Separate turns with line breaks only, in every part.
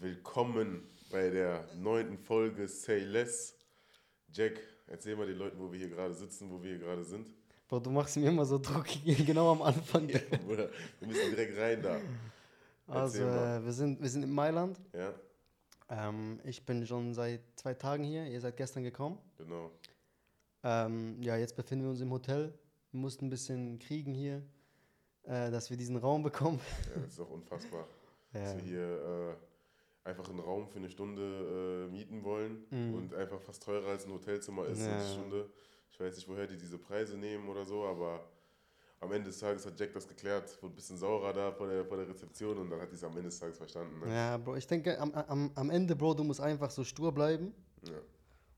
Willkommen bei der neunten Folge Say Less. Jack, erzähl mal den Leuten, wo wir hier gerade sitzen, wo wir hier gerade sind.
Boah, du machst mir immer so Druck, genau am Anfang.
Ja, Bruder, wir müssen direkt rein da.
also,
mal.
äh, wir, sind, wir sind in Mailand.
Ja,
Ähm, ich bin schon seit zwei Tagen hier. Ihr seid gestern gekommen.
genau.
Ähm, ja, jetzt befinden wir uns im Hotel. Wir mussten ein bisschen kriegen hier, äh, dass wir diesen Raum bekommen. Ähm,
Ja, das ist auch unfassbar, dass
Ja.
wir hier äh, einfach einen Raum für eine Stunde äh, mieten wollen
Mhm.
und einfach fast teurer als ein Hotelzimmer ist eine
Ja.
Stunde. Ich weiß nicht, woher die diese Preise nehmen oder so, aber am Ende des Tages hat Jack das geklärt, wurde ein bisschen saurer da vor der, vor der Rezeption und dann hat die es am Ende des Tages verstanden. Ne?
Ja, Bro, ich denke, am, am, am Ende, Bro, du musst einfach so stur bleiben.
Ja.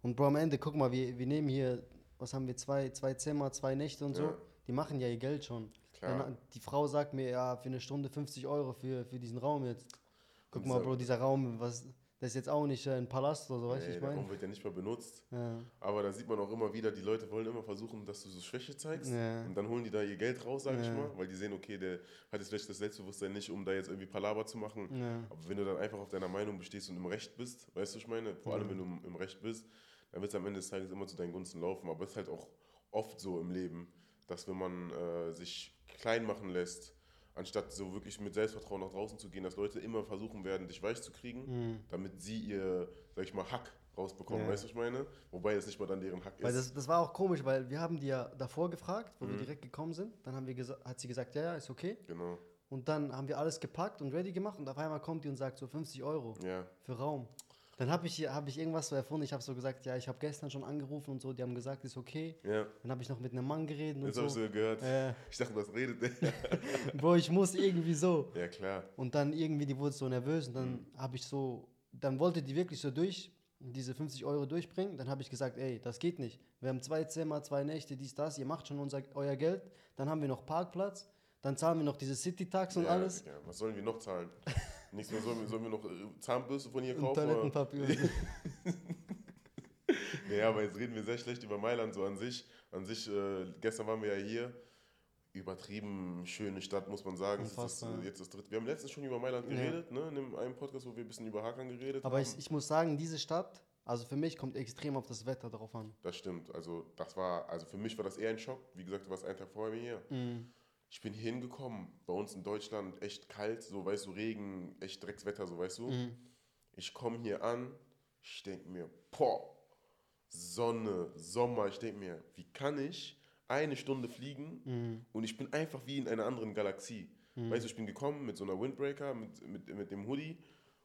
Und Bro, am Ende, guck mal, wir, wir nehmen hier, was haben wir, zwei, zwei Zimmer, zwei Nächte und
Ja.
so. Die machen ja ihr Geld schon.
Klar.
Dann, die Frau sagt mir, ja, für eine Stunde 50 Euro für, für diesen Raum jetzt. Guck
Und
mal,
so-
Bro, dieser Raum, was, das ist jetzt auch nicht äh, ein Palast oder so, weißt du,
Ey,
ich
der
meine?
Raum wird ja nicht mal benutzt.
Ja.
Aber da sieht man auch immer wieder, die Leute wollen immer versuchen, dass du so Schwäche zeigst.
Ja.
Und dann holen die da ihr Geld raus, sage ich
Ja.
mal, weil die sehen, okay, der hat jetzt vielleicht das Selbstbewusstsein nicht, um da jetzt irgendwie Palaver zu machen.
Ja.
Aber wenn du dann einfach auf deiner Meinung bestehst und im Recht bist, weißt du, was ich meine, vor allem wenn du im- im Recht bist, dann wird es am Ende des Tages immer zu deinen Gunsten laufen. Aber es ist halt auch oft so im Leben, dass wenn man äh, sich klein machen lässt, anstatt so wirklich mit Selbstvertrauen nach draußen zu gehen, dass Leute immer versuchen werden, dich weich zu kriegen, damit sie ihr, sag ich mal, Hack rausbekommen,
Mhm. Ja.
weißt du, was ich meine? Wobei es nicht mal dann deren Hack
Weil
ist.
das, das war auch komisch, weil wir haben die ja davor gefragt,
Mhm.
wo wir direkt gekommen sind. Dann haben wir gesa- hat sie gesagt, ja, ja, ist okay.
Genau,
Und dann haben wir alles gepackt und ready gemacht und auf einmal kommt die und sagt so 50 Euro
ja.
für Raum. Dann habe ich, hier- hab ich irgendwas so erfunden. Ich habe so gesagt, ja, ich habe gestern schon angerufen und so. Die haben gesagt, ist okay.
Ja,
Dann habe ich noch mit einem Mann geredet und
das habe
so.
ich so gehört.
Äh.
Ich dachte, was redet der?
Bro, ich muss irgendwie so.
ja, klar.
Und dann irgendwie, die wurde so nervös und dann habe ich so, dann wollte die wirklich so durch, diese 50 Euro durchbringen. Dann habe ich gesagt, ey, das geht nicht. Wir haben zwei Zimmer, zwei Nächte, dies, das, ihr macht schon unser, euer Geld. Dann haben wir noch Parkplatz, dann zahlen wir noch diese City-Tax und
Ja,
alles.
Digga, was sollen wir noch zahlen? Nichts mehr, sollen wir, sollen wir noch äh, Zahnbürste von hier
Und
kaufen? oder?
Toilettenpapier.
Naja, aber jetzt reden wir sehr schlecht über Mailand so an sich. An sich, äh, gestern waren wir ja hier. Übertrieben schöne Stadt, muss man sagen. Es ist das,
Unfassbar.
äh, jetzt das dritte. Wir haben letztens schon über Mailand
Ja.
geredet, ne? In dem einen Podcast, wo wir ein bisschen über Hakan geredet
Aber
haben.
ich, ich muss sagen, diese Stadt, also für mich kommt extrem auf das Wetter drauf an.
das stimmt. Also, das war, also für mich war das eher ein Schock. Wie gesagt, du warst einen Tag vorher hier. Ich bin hier hingekommen, bei uns in Deutschland echt kalt, so weißt du, Regen, echt Dreckswetter, so weißt du. Ich komme hier an, ich denke mir, boah, Sonne, Sommer, ich denke mir, wie kann ich eine Stunde fliegen und ich bin einfach wie in einer anderen Galaxie. Weißt du, ich bin gekommen mit so einer Windbreaker, mit, mit, mit dem Hoodie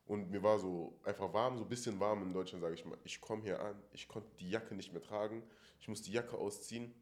und mir war so einfach warm, so ein bisschen warm in Deutschland, sage ich mal. Ich komme hier an, ich konnte die Jacke nicht mehr tragen, ich muss die Jacke ausziehen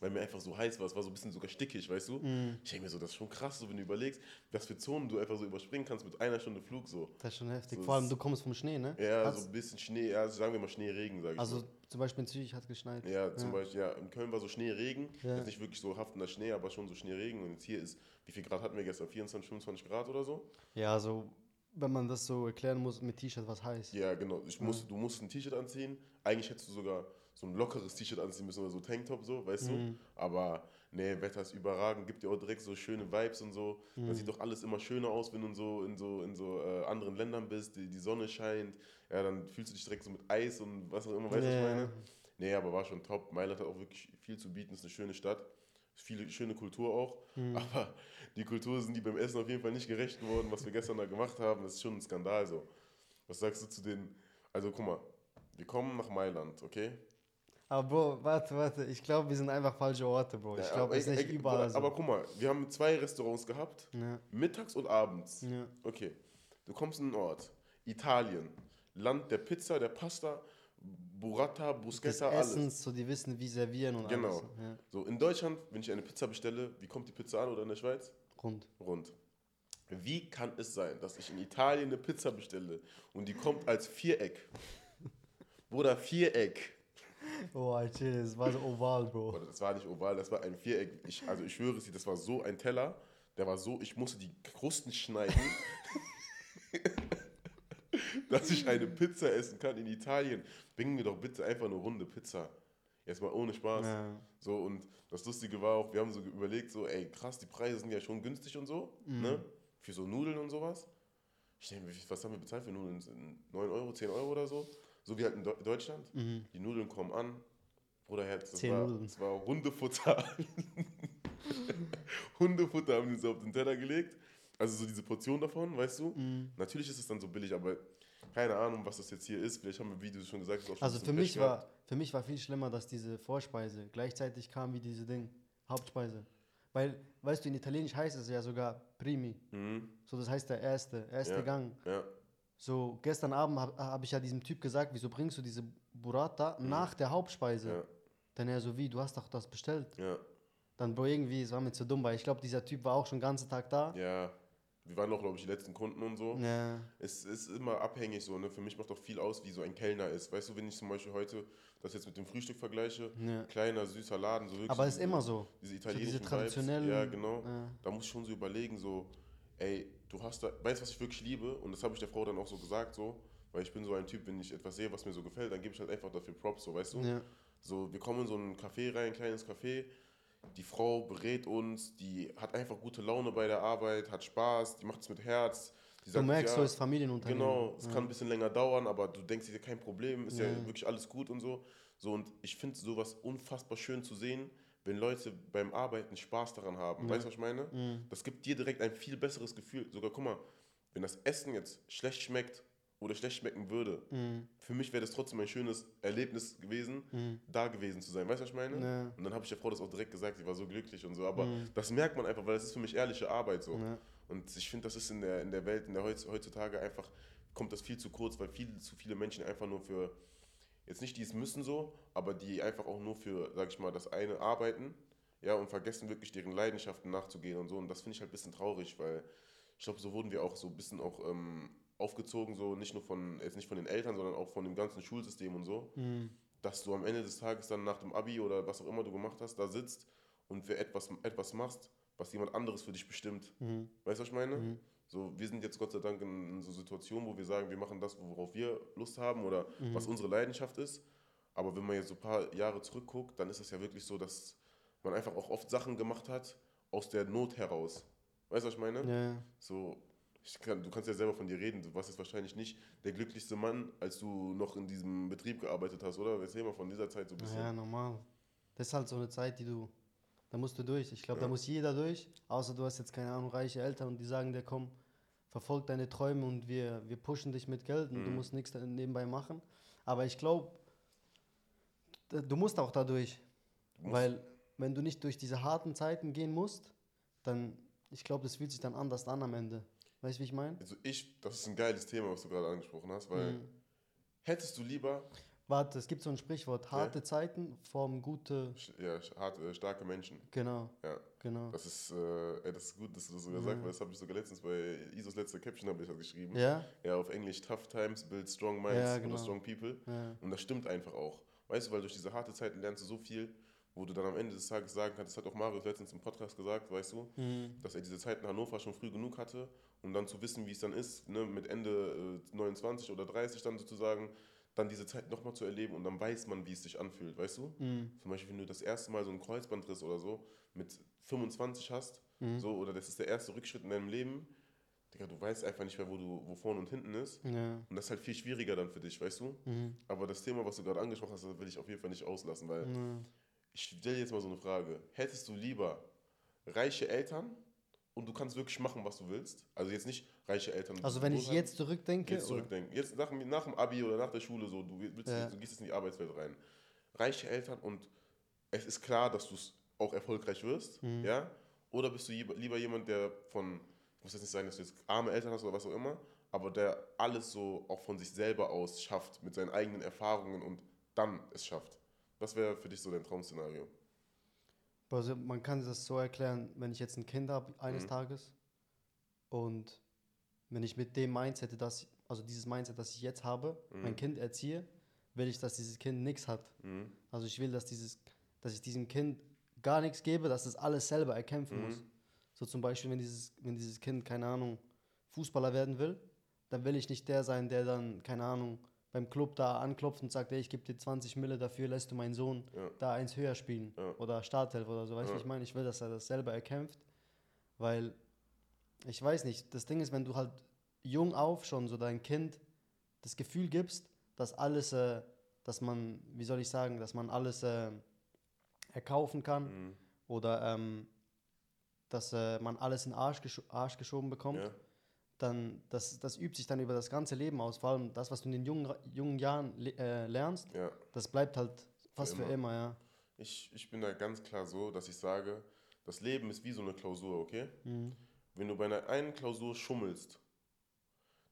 weil mir einfach so heiß war. Es war so ein bisschen sogar stickig, weißt du?
Mhm.
Ich denke mir so, das ist schon krass, so, wenn du überlegst, was für Zonen du einfach so überspringen kannst mit einer Stunde Flug so.
Das ist schon heftig.
So
Vor allem,
ist-
du kommst vom Schnee, ne?
Ja,
Hat's-
so ein bisschen Schnee, ja, sagen wir mal Schneeregen, sag ich
also
mal.
zum Beispiel in Zürich hat es geschneit.
Ja, zum Beispiel, ja, in Köln war so Schneeregen,
Ja.
jetzt nicht wirklich so haftender Schnee, aber schon so Schneeregen. Und jetzt hier ist, wie viel Grad hatten wir gestern? 24, 25 Grad oder so?
Ja, so, wenn man das so erklären muss, mit T-Shirt was heiß.
Ja, genau. Ich muss, Du musst ein T-Shirt anziehen. Eigentlich hättest du sogar so ein lockeres T-Shirt anziehen müssen oder so Tanktop, so, weißt du? Aber nee, Wetter ist überragend, gibt dir auch direkt so schöne Vibes und so. Das sieht doch alles immer schöner aus, wenn du in so, in so, in so äh, anderen Ländern bist, die, die Sonne scheint. Ja, dann fühlst du dich direkt so mit Eis und was auch immer, weißt du, was ich
Ja.
meine? Nee, aber war schon top. Mailand hat auch wirklich viel zu bieten, ist eine schöne Stadt. Viele schöne Kultur auch,
Hm.
aber die Kultur sind die beim Essen auf jeden Fall nicht gerecht geworden, was wir gestern da gemacht haben. Das ist schon ein Skandal so. Was sagst du zu den. Also guck mal, wir kommen nach Mailand, okay?
Aber Bro, warte, warte. Ich glaube, wir sind einfach falsche Orte, Bro. Ich
Ja,
glaube,
aber-
es ist nicht
ey,
überall
Bruder,
so.
Aber guck mal, wir haben zwei Restaurants gehabt,
ja.
mittags und abends.
Ja.
Okay, du kommst in einen Ort, Italien, Land der Pizza, der Pasta, Burrata,
Des
Bruschetta, alles.
Essens, so die wissen, wie servieren und
Genau.
alles. Ja,
So, in Deutschland, wenn ich eine Pizza bestelle, wie kommt die Pizza an oder in der Schweiz?
rund.
Rund. Wie kann es sein, dass ich in Italien eine Pizza bestelle und die kommt als Viereck? Bruder, Viereck.
Oh, chill, es war so oval, Bro.
Oder das war nicht oval, das war ein Viereck. Ich, also ich schwöre es dir, das war so ein Teller, der war so, ich musste die Krusten schneiden, dass ich eine Pizza essen kann in Italien. Bring mir doch bitte einfach eine runde Pizza. Jetzt mal ohne Spaß.
Ja.
So, und das Lustige war auch, wir haben so
Mhm.
überlegt, so, ey, krass, die Preise sind ja schon günstig und so, ne? Für so Nudeln und sowas. Ich denke, mir, was haben wir bezahlt für Nudeln? 9 Euro, 10 Euro oder so? So wie halt in Deu- Deutschland.
Mhm.
Die Nudeln kommen an. Bruder, Herz, das
Zehn
war,
Nudeln.
das war Hundefutter. Hundefutter haben die so auf den Teller gelegt. Also so diese Portion davon, weißt du?
Mhm.
Natürlich ist es dann so billig, aber keine Ahnung, was das jetzt hier ist. Vielleicht haben wir, wie du schon gesagt hast, auch schon
Also
ein
für
bisschen
mich,
Pech gehabt.
war, für mich war viel schlimmer, dass diese Vorspeise gleichzeitig kam wie diese Ding, Hauptspeise. Weil, weißt du, in Italienisch heißt es ja sogar Primi.
Mhm,
So, das heißt der erste, erste
Ja.
Gang.
ja.
So, gestern Abend habe hab ich ja diesem Typ gesagt, wieso bringst du diese Burrata nach der Hauptspeise?
Mhm. Ja.
Dann er so, wie, du hast doch das bestellt.
Ja,
Dann, Bro, irgendwie, es war mir zu dumm, weil ich glaube, dieser Typ war auch schon den ganzen Tag da.
ja. Wir waren auch, glaube ich, die letzten Kunden und so.
Ja.
Es ist immer abhängig so, ne? Für mich macht auch viel aus, wie so ein Kellner ist. Weißt du, wenn ich zum Beispiel heute das jetzt mit dem Frühstück vergleiche,
Ja.
kleiner, süßer Laden, so wirklich.
Aber es ist
diese-
immer so.
Diese
so
italienischen
diese traditionellen.
Vibes. Ja, genau.
Ja.
Da muss ich schon so überlegen, so, ey, du hast da, weißt du, was ich wirklich liebe? Und das habe ich der Frau dann auch so gesagt, so, weil ich bin so ein Typ, wenn ich etwas sehe, was mir so gefällt, dann gebe ich halt einfach dafür Props, so, weißt du?
Ja.
So, wir kommen in so ein Café rein, ein kleines Café. Die Frau berät uns, die hat einfach gute Laune bei der Arbeit, hat Spaß, die macht es mit Herz. Die
Du merkst, so
ja,
ist Familienunternehmen.
Genau, es
ja.
kann ein bisschen länger dauern, aber du denkst dir kein Problem, ist ja,
Ja.
wirklich alles gut und so. So und ich finde sowas unfassbar schön zu sehen, wenn Leute beim Arbeiten Spaß daran haben. Weißt du, was ich meine?
Mhm.
Das gibt dir direkt ein viel besseres Gefühl. Sogar guck mal, wenn das Essen jetzt schlecht schmeckt oder schlecht schmecken würde,
Mhm.
für mich wäre das trotzdem ein schönes Erlebnis gewesen,
Mhm.
da gewesen zu sein. Weißt du, was ich meine?
Ja.
Und dann habe ich der Frau das auch direkt gesagt, sie war so glücklich und so. Aber
Mhm.
das merkt man einfach, weil das ist für mich ehrliche Arbeit so.
Ja.
Und ich finde, das ist in der, in der Welt, in der heutz- heutzutage einfach, kommt das viel zu kurz, weil viel zu viele Menschen einfach nur für, jetzt nicht die es müssen so, aber die einfach auch nur für, sag ich mal, das eine arbeiten, ja, und vergessen wirklich deren Leidenschaften nachzugehen und so. Und das finde ich halt ein bisschen traurig, weil ich glaube, so wurden wir auch so ein bisschen auch ähm, aufgezogen, so nicht nur von, jetzt nicht von den Eltern, sondern auch von dem ganzen Schulsystem und so
Mhm.
dass du am Ende des Tages dann nach dem Abi oder was auch immer du gemacht hast, da sitzt und für etwas, etwas machst, was jemand anderes für dich bestimmt.
Mhm.
Weißt du, was ich meine?
Mhm.
So, wir sind jetzt Gott sei Dank in, in so Situationen, wo wir sagen, wir machen das, worauf wir Lust haben oder
Mhm.
was unsere Leidenschaft ist. Aber wenn man jetzt so ein paar Jahre zurückguckt, dann ist es ja wirklich so, dass man einfach auch oft Sachen gemacht hat aus der Not heraus. Weißt du, was ich meine?
Ja.
So, ich kann, du kannst ja selber von dir reden. Du warst jetzt wahrscheinlich nicht der glücklichste Mann, als du noch in diesem Betrieb gearbeitet hast, oder? Erzähl mal von dieser Zeit so ein bisschen.
ja, normal. Das ist halt so eine Zeit, die du. Da musst du durch. Ich glaube, da
Ja.
muss jeder durch. Außer du hast jetzt, keine Ahnung, reiche Eltern und die sagen dir, komm, verfolg deine Träume und wir, wir pushen dich mit Geld und du
Mhm.
musst nichts da- nebenbei machen. Aber ich glaube, du musst auch da durch.
Du musst-
Weil, wenn du nicht durch diese harten Zeiten gehen musst, dann, ich glaube, das fühlt sich dann anders an am Ende. Weißt du, wie ich meine?
also ich, das ist ein geiles Thema, was du gerade angesprochen hast, weil
Mhm.
hättest du lieber
Warte, es gibt so ein Sprichwort:
Ja.
harte Zeiten formen gute.
sch- ja, sch- hart, äh, starke Menschen.
Genau,
Ja,
genau.
das ist, äh, ey, das ist gut, dass du das sogar sagst, weil das habe ich sogar letztens bei Isos letzter Caption habe ich das geschrieben.
Mhm. Ja?
Ja, auf Englisch Tough Times build strong minds
Ja,
oder
genau.
strong people.
Ja.
Und das stimmt einfach auch. Weißt du, weil durch diese harte Zeiten lernst du so viel, wo du dann am Ende des Tages sagen kannst, das hat auch Marius letztens im Podcast gesagt, weißt du,
Mhm.
dass er diese Zeit in Hannover schon früh genug hatte, um dann zu wissen, wie es dann ist, ne, mit Ende äh, 29 oder 30 dann sozusagen, dann diese Zeit nochmal zu erleben und dann weiß man, wie es sich anfühlt, weißt du?
Mhm.
Zum Beispiel, wenn du das erste Mal so einen Kreuzbandriss oder so mit 25 hast,
Mhm.
so, oder das ist der erste Rückschritt in deinem Leben, Digga, du weißt einfach nicht mehr, wo du, wo vorne und hinten ist.
Ja.
Und das ist halt viel schwieriger dann für dich, weißt du?
Mhm.
Aber das Thema, was du gerade angesprochen hast, das will ich auf jeden Fall nicht auslassen, weil
Ja.
ich stelle jetzt mal so eine Frage. Hättest du lieber reiche Eltern und du kannst wirklich machen, was du willst? Also jetzt nicht reiche Eltern.
Also, wenn ich
Großeltern-
jetzt zurückdenke.
jetzt
oder-
zurückdenken. Jetzt nach, dem- nach dem Abi oder nach der Schule so, du, willst,
Ja.
du gehst jetzt in die Arbeitswelt rein. Reiche Eltern und es ist klar, dass du es auch erfolgreich wirst,
Mhm.
ja? Oder bist du jeb- lieber jemand, der von, ich muss jetzt nicht sagen, dass du jetzt arme Eltern hast oder was auch immer, aber der alles so auch von sich selber aus schafft, mit seinen eigenen Erfahrungen und dann es schafft. Was wäre für dich so dein Traumszenario?
Also man kann das so erklären, wenn ich jetzt ein Kind habe eines
Mhm.
Tages und wenn ich mit dem Mindset, das, also dieses Mindset, das ich jetzt habe, mein
Mhm.
Kind erziehe, will ich, dass dieses Kind nichts hat.
Mhm.
Also ich will, dass dieses, dass ich diesem Kind gar nichts gebe, dass es alles selber erkämpfen
Mhm.
muss. So zum Beispiel, wenn dieses, wenn dieses Kind, keine Ahnung, Fußballer werden will, dann will ich nicht der sein, der dann, keine Ahnung, beim Club da anklopft und sagt, ey, ich gebe dir 20 Mille dafür, lässt du meinen Sohn
Ja.
da eins höher spielen
Ja.
oder Starthelf oder so. Weißt du,
Ja.
wie ich meine? Ich will, dass er das selber erkämpft, weil ich weiß nicht, das Ding ist, wenn du halt jung auf schon so dein Kind das Gefühl gibst, dass alles, äh, dass man, wie soll ich sagen, dass man alles äh, erkaufen kann
Mhm.
oder ähm, dass äh, man alles in den Arsch, gescho Arsch geschoben bekommt,
Ja.
dann das, das übt sich dann über das ganze Leben aus. Vor allem das, was du in den jungen, Ra- jungen Jahren le- äh, lernst,
ja.
das bleibt halt fast für
immer.
immer, ja.
Ich, ich bin da ganz klar so, dass ich sage, das Leben ist wie so eine Klausur, okay?
Mhm.
Wenn du bei einer einen Klausur schummelst,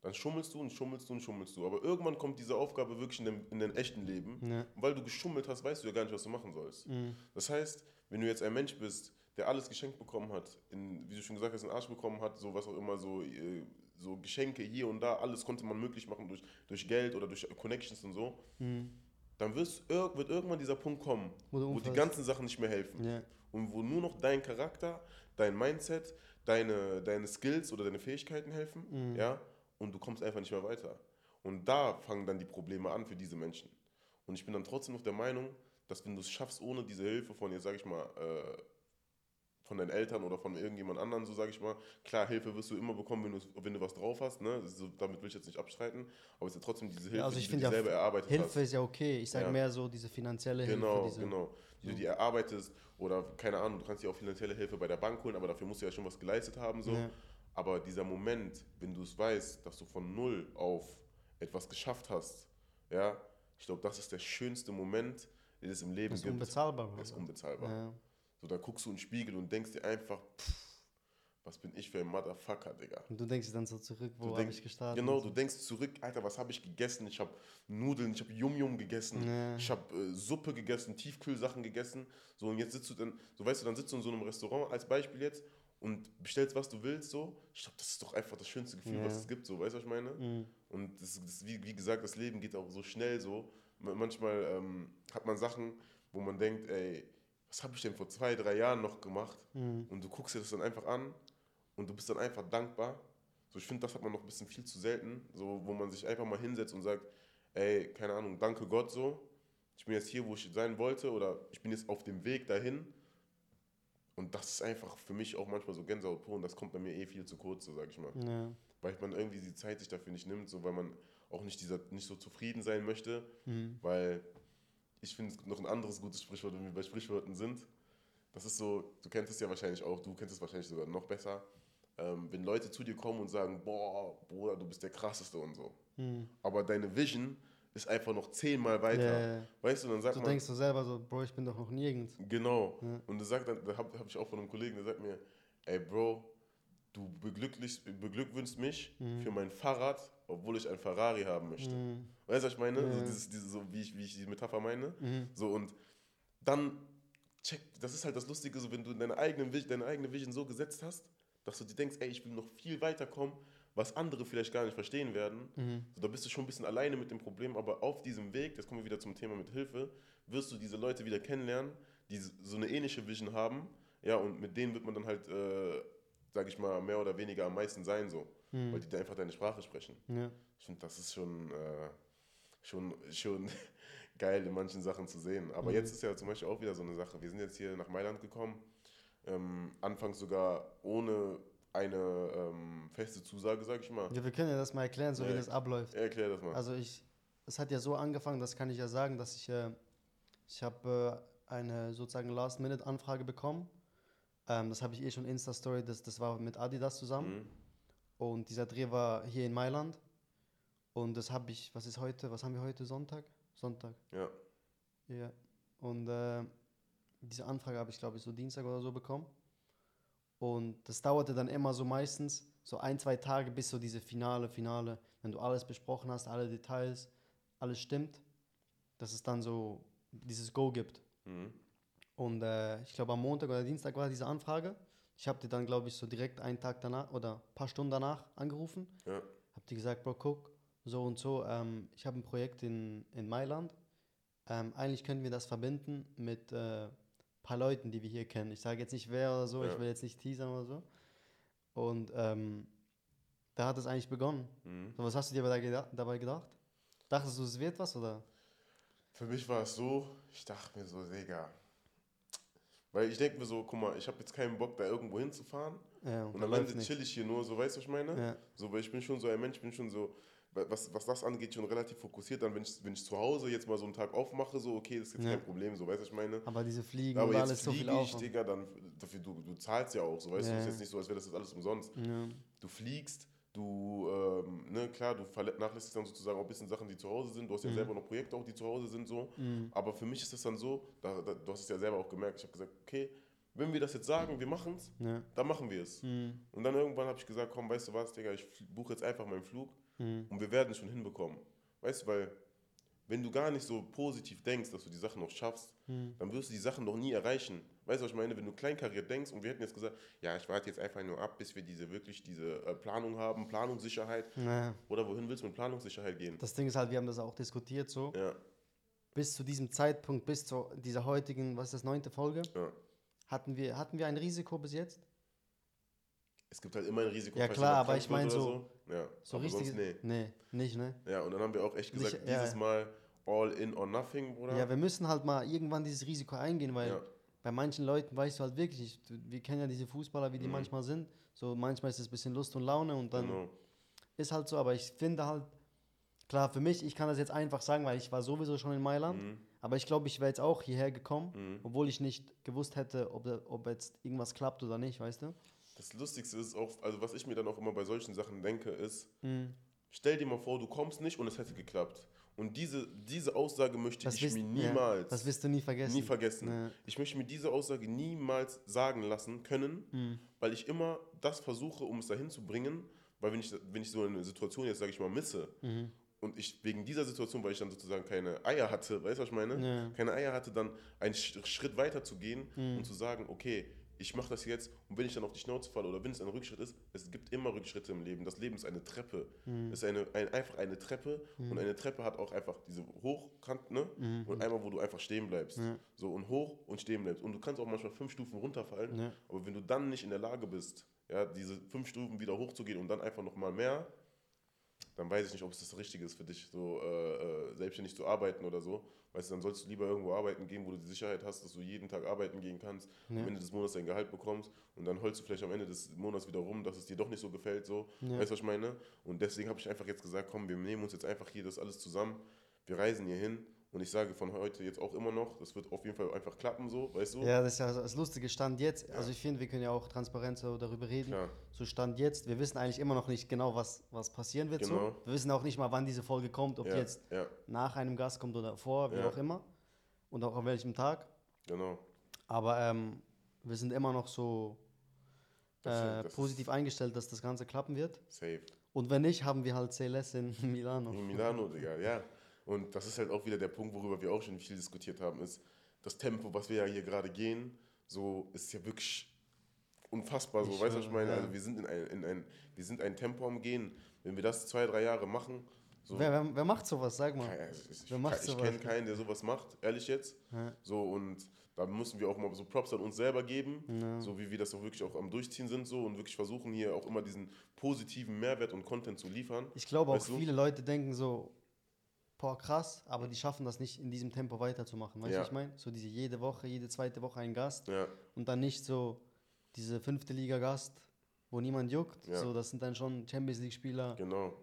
dann schummelst du und schummelst du und schummelst du. Aber irgendwann kommt diese Aufgabe wirklich in dem, in dem echten Leben.
Ja.
Und weil du geschummelt hast, weißt du ja gar nicht, was du machen sollst.
Mhm.
Das heißt, wenn du jetzt ein Mensch bist, der alles geschenkt bekommen hat, in, wie du schon gesagt hast, einen Arsch bekommen hat, so was auch immer, so, äh, so Geschenke hier und da, alles konnte man möglich machen durch, durch Geld oder durch Connections und so,
Mhm.
dann wirst, irg- wird irgendwann dieser Punkt kommen,
Wo du
wo die
umfällst.
ganzen Sachen nicht mehr helfen
Ja.
und wo nur noch dein Charakter, dein Mindset, deine, deine Skills oder deine Fähigkeiten helfen,
Mhm.
ja, und du kommst einfach nicht mehr weiter. Und da fangen dann die Probleme an für diese Menschen. Und ich bin dann trotzdem noch der Meinung, dass wenn du es schaffst, ohne diese Hilfe von, jetzt sage ich mal, äh, von deinen Eltern oder von irgendjemand anderen, so sage ich mal, klar, Hilfe wirst du immer bekommen, wenn du, wenn du was drauf hast, ne? so, damit will ich jetzt nicht abstreiten, aber es ist ja trotzdem diese Hilfe,
Ja, also
die
ich
du
finde
dir
ja,
selber erarbeitet hast.
Hilfe ist ja okay. Ich sage
Ja.
mehr so diese finanzielle
Genau,
Hilfe. Diese,
genau. Die du dir erarbeitest oder keine Ahnung, du kannst dir auch finanzielle Hilfe bei der Bank holen, aber dafür musst du ja schon was geleistet haben. So.
Ja.
Aber dieser Moment, wenn du es weißt, dass du von null auf etwas geschafft hast, ja, ich glaube, das ist der schönste Moment, den es im Leben
Das ist
gibt.
unbezahlbar.
Das ist
Bro.
unbezahlbar.
Ja.
So, da guckst du in den Spiegel und denkst dir einfach, pff, was bin ich für ein Motherfucker, Digga.
Und du denkst dann so zurück, wo habe
denkst-
ich gestartet?
Genau,
und
du
so.
denkst zurück, Alter, was habe ich gegessen? Ich habe Nudeln, ich habe Yum-Yum gegessen,
Ja.
ich habe äh, Suppe gegessen, Tiefkühlsachen gegessen. So, und jetzt sitzt du dann, so weißt du, dann sitzt du in so einem Restaurant als Beispiel jetzt und bestellst, was du willst, so. Ich glaube, das ist doch einfach das schönste Gefühl,
Ja.
was es gibt, so, weißt du, was ich meine?
Mhm.
Und das, das, wie, wie gesagt, das Leben geht auch so schnell so. Ma- Manchmal ähm, hat man Sachen, wo man denkt, ey, was habe ich denn vor zwei, drei Jahren noch gemacht?
Mhm.
Und du guckst dir das dann einfach an und du bist dann einfach dankbar. So, ich finde, das hat man noch ein bisschen viel zu selten, so, wo man sich einfach mal hinsetzt und sagt, ey, keine Ahnung, danke Gott so. Ich bin jetzt hier, wo ich sein wollte oder ich bin jetzt auf dem Weg dahin. Und das ist einfach für mich auch manchmal so Gänsehaut pur und das kommt bei mir eh viel zu kurz, so sag ich mal
Ja.
weil man irgendwie die Zeit sich dafür nicht nimmt, so weil man auch nicht dieser nicht so zufrieden sein möchte,
Mhm.
weil ich finde es gibt noch ein anderes gutes Sprichwort, wenn wir bei Sprichwörtern sind. Das ist so, du kennst es ja wahrscheinlich auch, du kennst es wahrscheinlich sogar noch besser. Ähm, wenn Leute zu dir kommen und sagen, boah, Bruder, du bist der krasseste und so.
Mhm.
Aber deine Vision ist einfach noch zehnmal weiter.
Ja, ja, ja.
Weißt du, dann sagt
Du
man,
denkst du selber so, Bro, ich bin doch noch nirgends.
Genau.
Ja.
Und das sagt dann, da habe hab ich auch von einem Kollegen, der sagt mir, ey Bro, du beglücklich, beglückwünschst mich für mein Fahrrad, obwohl ich ein Ferrari haben möchte.
Mhm.
Weißt du, was ich meine?
Ja.
So, dieses, dieses, so wie, ich, wie ich die Metapher meine.
Mhm.
So und dann check, das ist halt das Lustige, so wenn du deine eigene, Vis- deine eigene Vision so gesetzt hast, dass du dir denkst, ey, ich will noch viel weiterkommen, was andere vielleicht gar nicht verstehen werden.
Mhm.
So, da bist du schon ein bisschen alleine mit dem Problem, aber auf diesem Weg, jetzt kommen wir wieder zum Thema mit Hilfe, wirst du diese Leute wieder kennenlernen, die s- so eine ähnliche Vision haben. Ja, und mit denen wird man dann halt, äh, sag ich mal, mehr oder weniger am meisten sein, so.
Mhm.
Weil die da einfach deine Sprache sprechen.
Ja.
Ich finde, das ist schon, äh, schon, schon geil in manchen Sachen zu sehen. Aber jetzt ist ja zum Beispiel auch wieder so eine Sache. Wir sind jetzt hier nach Mailand gekommen, ähm, anfangs sogar ohne eine ähm, feste Zusage, sag ich mal.
ja, wir können ja das mal erklären, so wie
Ja.
das abläuft.
Erklär das mal.
Also ich, es hat ja so angefangen, das kann ich ja sagen, dass ich, äh, ich habe äh, eine sozusagen Last-Minute-Anfrage bekommen. Ähm, das habe ich eh schon Insta-Story, das, das war mit Adidas zusammen.
Mhm.
Und dieser Dreh war hier in Mailand. Und das habe ich, was ist heute, was haben wir heute, Sonntag? Sonntag,
Ja.
ja. Und äh, diese Anfrage habe ich, glaube ich, so Dienstag oder so bekommen. Und das dauerte dann immer so meistens so ein, zwei Tage bis so diese finale, finale, wenn du alles besprochen hast, alle Details, alles stimmt, dass es dann so dieses Go gibt.
Mhm.
Und äh, ich glaube, am Montag oder Dienstag war diese Anfrage. Ich habe dir dann, glaube ich, so direkt einen Tag danach oder ein paar Stunden danach angerufen.
Ja.
Hab dir gesagt, Bro, guck, so und so, ähm, ich habe ein Projekt in, in Mailand. Ähm, eigentlich können wir das verbinden mit äh, paar Leuten, die wir hier kennen. Ich sage jetzt nicht wer oder so, ich
Ja.
will jetzt nicht teasern oder so. Und ähm, da hat es eigentlich begonnen.
Mhm.
So, was hast du dir dabei, geda dabei gedacht? Dachtest du, es wird was oder?
Für mich war es so, ich dachte mir so, Digga, Weil ich denke mir so, guck mal, ich habe jetzt keinen Bock, da irgendwo hinzufahren.
Ja,
Und am
läuft
Ende
nichts.
chill ich hier nur, so weißt du, was ich meine?
Ja.
So, weil ich bin schon so ein Mensch, ich bin schon so, wa- was, was das angeht, schon relativ fokussiert. Dann, wenn ich, wenn ich zu Hause jetzt mal so einen Tag aufmache, so, okay, das ist jetzt
Ja.
kein Problem, so, weißt du, was ich meine?
Aber diese Fliegen
Aber
und
jetzt
alles so viel
fliege ich,
auf.
Digga, dann, dafür, du, du zahlst ja auch, so, weißt
Ja.
du, es ist jetzt nicht so, als wäre das jetzt alles umsonst.
Ja.
Du fliegst, du, ähm, ne, klar, du verle- nachlässigst dann sozusagen auch ein bisschen Sachen, die zu Hause sind. Du hast ja
Mhm.
selber noch Projekte auch, die zu Hause sind, so.
Mhm.
Aber für mich ist es dann so, da, da, du hast es ja selber auch gemerkt, ich habe gesagt, okay, wenn wir das jetzt sagen, wir machen es,
Ja.
dann machen wir es.
Mhm.
Und dann irgendwann habe ich gesagt, komm, weißt du was, Digga, ich buche jetzt einfach meinen Flug
Mhm.
und wir werden es schon hinbekommen. Weißt du, weil wenn du gar nicht so positiv denkst, dass du die Sachen noch schaffst,
Mhm.
dann wirst du die Sachen noch nie erreichen. Weißt du, was ich meine? Wenn du kleinkariert denkst und wir hätten jetzt gesagt, ja, ich warte jetzt einfach nur ab, bis wir diese wirklich diese äh, Planung haben, Planungssicherheit.
Ja.
Oder wohin willst du mit Planungssicherheit gehen?
Das Ding ist halt, wir haben das auch diskutiert so.
Ja,
Bis zu diesem Zeitpunkt, bis zu dieser heutigen, was ist das, neunte Folge,
ja.
hatten wir, hatten wir ein Risiko bis jetzt?
Es gibt halt immer ein Risiko,
Ja,
falls
klar,
jemand
aber
krank
ich
wird
mein
oder
so-
Ja,
So
aber
richtig?
sonst nee.
nee, nicht, ne?
Ja, und dann haben wir auch echt gesagt,
Sicher- ja,
dieses
ja.
Mal all in or nothing, Bruder.
Ja, wir müssen halt mal irgendwann dieses Risiko eingehen, weil
Ja.
bei manchen Leuten weißt du halt wirklich nicht. Du- Wir kennen ja diese Fußballer, wie die
Mhm.
manchmal sind. So manchmal ist es ein bisschen Lust und Laune und dann
genau.
ist halt so. Aber ich finde halt, klar, für mich, ich kann das jetzt einfach sagen, weil ich war sowieso schon in Mailand.
Mhm.
Aber ich glaube, ich wäre jetzt auch hierher gekommen,
Mhm.
obwohl ich nicht gewusst hätte, ob, da- ob jetzt irgendwas klappt oder nicht, weißt du?
Das Lustigste ist auch, also was ich mir dann auch immer bei solchen Sachen denke, ist,
Mhm.
stell dir mal vor, du kommst nicht und es hätte geklappt. Und diese, diese Aussage möchte
Das
ich
wirst-
mir
ja,
niemals,
das wirst du nie vergessen.
nie vergessen.
Ja.
Ich möchte mir diese Aussage niemals sagen lassen können,
Mhm.
weil ich immer das versuche, um es dahin zu bringen, weil wenn ich, wenn ich so eine Situation jetzt, sage ich mal, misse
Mhm.
und ich wegen dieser Situation, weil ich dann sozusagen keine Eier hatte, weißt du, was ich meine?
Ja.
keine Eier hatte, dann einen Sch- Schritt weiter zu gehen
Mhm.
und zu sagen, okay, ich mache das jetzt und wenn ich dann auf die Schnauze falle oder wenn es ein Rückschritt ist, es gibt immer Rückschritte im Leben. Das Leben ist eine Treppe.
Mhm.
Es ist eine, ein, einfach eine Treppe und eine Treppe hat auch einfach diese Hochkante ne?
Mhm.
und einmal, wo du einfach stehen bleibst.
Ja.
So und hoch und stehen bleibst. Und du kannst auch manchmal fünf Stufen runterfallen,
Ja.
aber wenn du dann nicht in der Lage bist, ja, diese fünf Stufen wieder hochzugehen und dann einfach nochmal mehr, dann weiß ich nicht, ob es das Richtige ist für dich, so äh, äh, selbstständig zu arbeiten oder so. Weißt du, dann sollst du lieber irgendwo arbeiten gehen, wo du die Sicherheit hast, dass du jeden Tag arbeiten gehen kannst,
Ja.
am Ende des Monats dein Gehalt bekommst und dann holst du vielleicht am Ende des Monats wieder rum, dass es dir doch nicht so gefällt, so.
Ja.
Weißt du, was ich meine? Und deswegen habe ich einfach jetzt gesagt, komm, wir nehmen uns jetzt einfach hier das alles zusammen, wir reisen hier hin und ich sage von heute jetzt auch immer noch, das wird auf jeden Fall einfach klappen, so, weißt du?
Ja, das ist ja so- das lustige Stand jetzt. Also ich finde, wir können ja auch transparent so darüber reden.
Klar.
So Stand jetzt. Wir wissen eigentlich immer noch nicht genau, was, was passieren wird.
Genau.
So. Wir wissen auch nicht mal, wann diese Folge kommt, ob
Ja,
die jetzt
ja,
nach einem Gast kommt oder vor, wie
Ja.
auch immer. Und auch an welchem Tag.
genau.
Aber ähm, wir sind immer noch so
Das ist- halt
äh,
das ist-
positiv eingestellt, dass das Ganze klappen wird.
Safe.
Und wenn nicht, haben wir halt CLS in Milano.
In Milano, Digga, ja. Und das ist halt auch wieder der Punkt, worüber wir auch schon viel diskutiert haben, ist das Tempo, was wir ja hier gerade gehen, so ist ja wirklich unfassbar. So,
Ich
weißt du, was ich
schwöre,
meine?
ja.
Also wir sind in ein, in ein, wir sind ein Tempo am Gehen. Wenn wir das zwei, drei Jahre machen, so
Wer, wer, wer macht sowas, sag mal.
kein- also ich, ich,
Wer macht
ich
sowas?
kenne keinen, der sowas macht, ehrlich jetzt.
Ja.
So und da müssen wir auch mal so Props an uns selber geben,
Ja.
so wie wir das auch wirklich auch am Durchziehen sind so und wirklich versuchen hier auch immer diesen positiven Mehrwert und Content zu liefern.
Ich glaube auch
Weißt du?
viele Leute denken so, boah krass, aber die schaffen das nicht in diesem Tempo weiterzumachen. Weißt du,
Ja.
was ich meine? So diese jede Woche, jede zweite Woche ein Gast
Ja,
und dann nicht so diese fünfte Liga Gast, wo niemand juckt.
Ja.
So, das sind dann schon Champions League Spieler,
genau.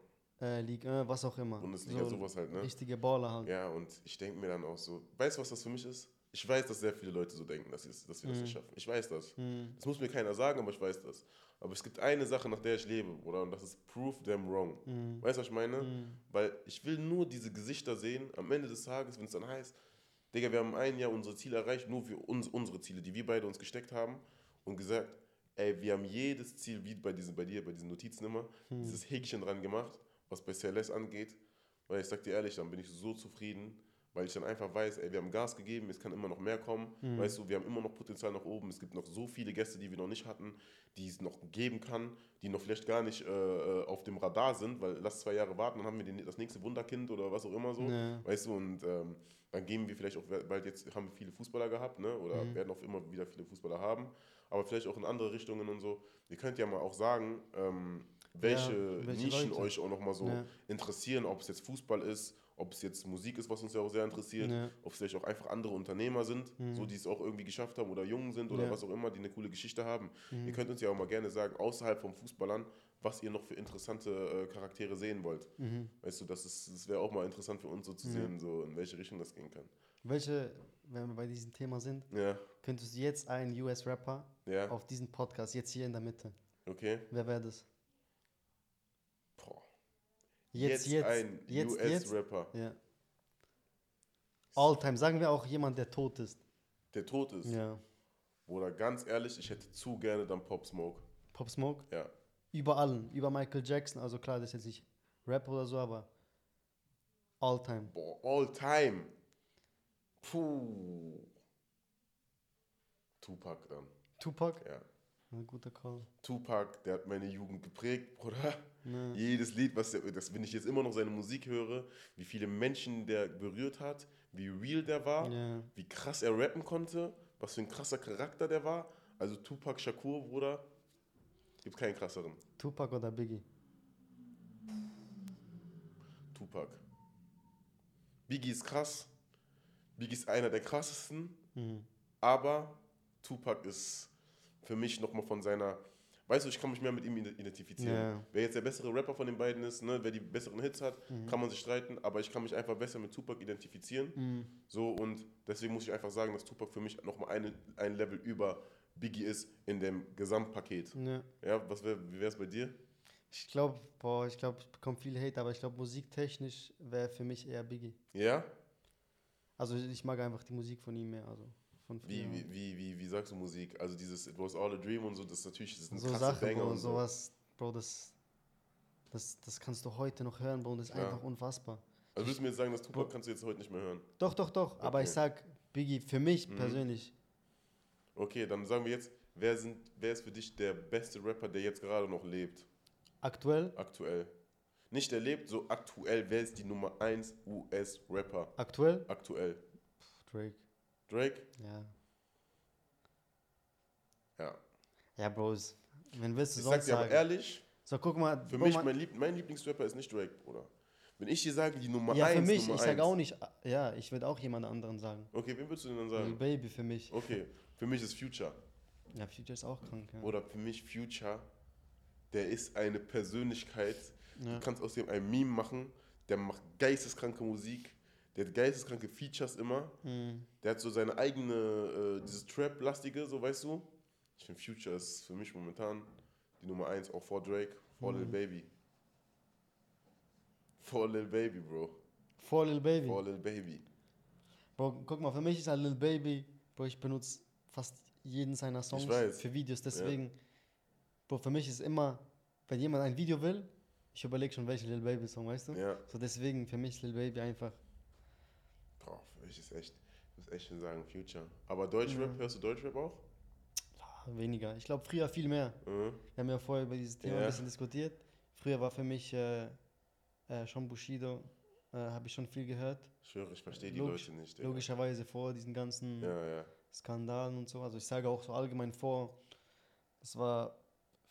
äh, League, äh, was auch immer.
Bundesliga, sowas halt, ne?
Richtige Baller halt.
Ja, und ich denke mir dann auch so, weißt du, was das für mich ist? Ich weiß, dass sehr viele Leute so denken, dass, sie's- dass wir das nicht schaffen. Ich weiß das.
Hm,
Das muss mir keiner sagen, aber ich weiß das. Aber es gibt eine Sache, nach der ich lebe, oder? Und das ist prove them wrong.
hm,
Weißt du, was ich meine?
Mhm.
Weil ich will nur diese Gesichter sehen, am Ende des Tages, wenn es dann heißt, Digga, wir haben ein Jahr unsere Ziele erreicht, nur für uns, unsere Ziele, die wir beide uns gesteckt haben und gesagt, ey, wir haben jedes Ziel, wie bei, diesen, bei dir, bei diesen Notizen immer, dieses Häkchen dran gemacht, was bei CLS angeht. Weil ich sag dir ehrlich, dann bin ich so zufrieden, weil ich dann einfach weiß, ey, wir haben Gas gegeben, es kann immer noch mehr kommen. Weißt du, wir haben immer noch Potenzial nach oben. Es gibt noch so viele Gäste, die wir noch nicht hatten, die es noch geben kann, die noch vielleicht gar nicht äh, äh, auf dem Radar sind, weil lass zwei Jahre warten, dann haben wir den, das nächste Wunderkind oder was auch immer so.
Ja.
Weißt du, und ähm, dann geben wir vielleicht auch, weil jetzt haben wir viele Fußballer gehabt, ne? oder
Mhm.
werden auch immer wieder viele Fußballer haben, aber vielleicht auch in andere Richtungen und so. Ihr könnt ja mal auch sagen, ähm, welche,
welche
Nischen
Leute.
euch auch nochmal so
Ja.
interessieren, ob es jetzt Fußball ist, ob es jetzt Musik ist, was uns ja auch sehr interessiert,
Ja. Mhm.
ob es vielleicht auch einfach andere Unternehmer sind, so die es auch irgendwie geschafft haben oder jung sind oder
Ja. Mhm.
was auch immer, die eine coole Geschichte haben.
hm,
Ihr könnt uns ja auch mal gerne sagen, außerhalb vom Fußballern, was ihr noch für interessante äh, Charaktere sehen wollt.
mhm.
Weißt du, das, ist- das wäre auch mal interessant für uns so zu sehen, so in welche Richtung das gehen kann.
Welche, wenn wir bei diesem Thema sind,
Ja,
könntest du jetzt einen US-Rapper
ja,
auf diesen Podcast, jetzt hier in der Mitte.
okay.
Wer wäre das?
Boah.
Jetzt, jetzt,
ein
jetzt, jetzt.
US-Rapper,
Ja. All-time, sagen wir auch jemand, der tot ist.
der tot ist.
Ja.
Oder ganz ehrlich, ich hätte zu gerne dann Pop Smoke.
Pop Smoke,
Ja.
über allen, über Michael Jackson, also klar, das ist jetzt nicht Rap oder so, aber All-time.
Boah, all time. Puh. Tupac dann.
Tupac,
Ja.
ein guter Call.
Tupac, der hat meine Jugend geprägt, Bruder.
Ja.
Jedes Lied, was der, das, wenn ich jetzt immer noch seine Musik höre, wie viele Menschen der berührt hat, wie real der war,
Ja.
wie krass er rappen konnte, was für ein krasser Charakter der war. Also Tupac Shakur, Bruder, gibt keinen krasseren.
Tupac oder Biggie?
Tupac. Biggie ist krass. Biggie ist einer der krassesten.
Mhm.
Aber Tupac ist für mich nochmal von seiner. Weißt du, ich kann mich mehr mit ihm ide- identifizieren.
Ja.
Wer jetzt der bessere Rapper von den beiden ist, ne, wer die besseren Hits hat,
Mhm.
kann man sich streiten. Aber ich kann mich einfach besser mit Tupac identifizieren.
Mhm.
So und deswegen muss ich einfach sagen, dass Tupac für mich nochmal eine, ein Level über Biggie ist in dem Gesamtpaket.
Ja.
Ja, was wär, wie wäre es bei dir?
Ich glaube, boah, ich glaube, ich bekomme viel Hate, aber ich glaube, musiktechnisch wäre für mich eher Biggie.
Ja?
Also ich mag einfach die Musik von ihm mehr, also von
Wie,
früher.
wie, wie, wie, wie sagst du Musik? Also dieses It was all a dream und so, das ist natürlich das ist ein
so
krasser
Sachen,
Banger
Bro,
und so.
sowas, Bro, das, das, das kannst du heute noch hören, Bro, und das ist
Klar.
einfach unfassbar.
Also willst du mir jetzt sagen, das Tupac kannst du jetzt heute nicht mehr hören?
Doch, doch, doch, aber ich
Okay. Mhm.
sag, Biggie, für mich persönlich,
Okay, dann sagen wir jetzt, wer, sind, wer ist für dich der beste Rapper, der jetzt gerade noch lebt,
aktuell,
aktuell? Nicht der lebt, so aktuell, wer ist die Nummer 1 US-Rapper
aktuell,
aktuell?
Drake,
Drake?
ja.
Ja.
Ja, Bro, ist, wenn willst du
Ich sag
sonst
dir aber
sagen.
ehrlich,
so, guck mal,
für
Bro,
mich,
man-
mein, Lieb mein Lieblingsrapper ist nicht Drake, Bruder. Wenn ich dir sage, die Nummer 1,
ja, für mich,
Nummer
ich sag
eins.
auch nicht, ja, ich würde auch jemand anderen sagen.
Okay, wen würdest du denn dann
Lil
sagen?
Baby für mich.
Okay, für mich ist Future.
Ja, Future ist auch krank, ja.
oder für mich Future, der ist eine Persönlichkeit.
Ja.
Du kannst aus dem ein Meme machen, der macht geisteskranke Musik, der hat geisteskranke Features immer,
Mhm.
der hat so seine eigene, äh, dieses Trap-lastige, so weißt du. Ich finde Future ist für mich momentan die Nummer 1, auch vor Drake, vor Lil Baby. Vor Lil Baby, Bro.
Vor Lil Baby.
Vor Lil Baby.
Bro, guck mal, für mich ist halt Lil Baby, Bro, ich benutze fast jeden seiner Songs
weiß.
für Videos, deswegen, Bro, für mich ist immer, wenn jemand ein Video will, ich überlege schon, welchen Lil Baby Song, weißt du?
Ja.
So deswegen, für mich ist Lil Baby einfach,
Boah, für mich ist echt, ich muss echt schon sagen, Future. Aber Deutschrap, hörst du Deutschrap auch?
ah, weniger. Ich glaube, früher viel mehr.
Mhm.
Wir haben ja vorher über dieses Thema
Ja.
ein bisschen diskutiert. Früher war für mich äh, äh, schon Bushido, äh, habe ich schon viel gehört.
Ich höre, ich verstehe die
Logisch-
Leute nicht. Digga.
Logischerweise vor diesen ganzen
Ja, ja.
Skandalen und so. Also ich sage auch so allgemein vor, es war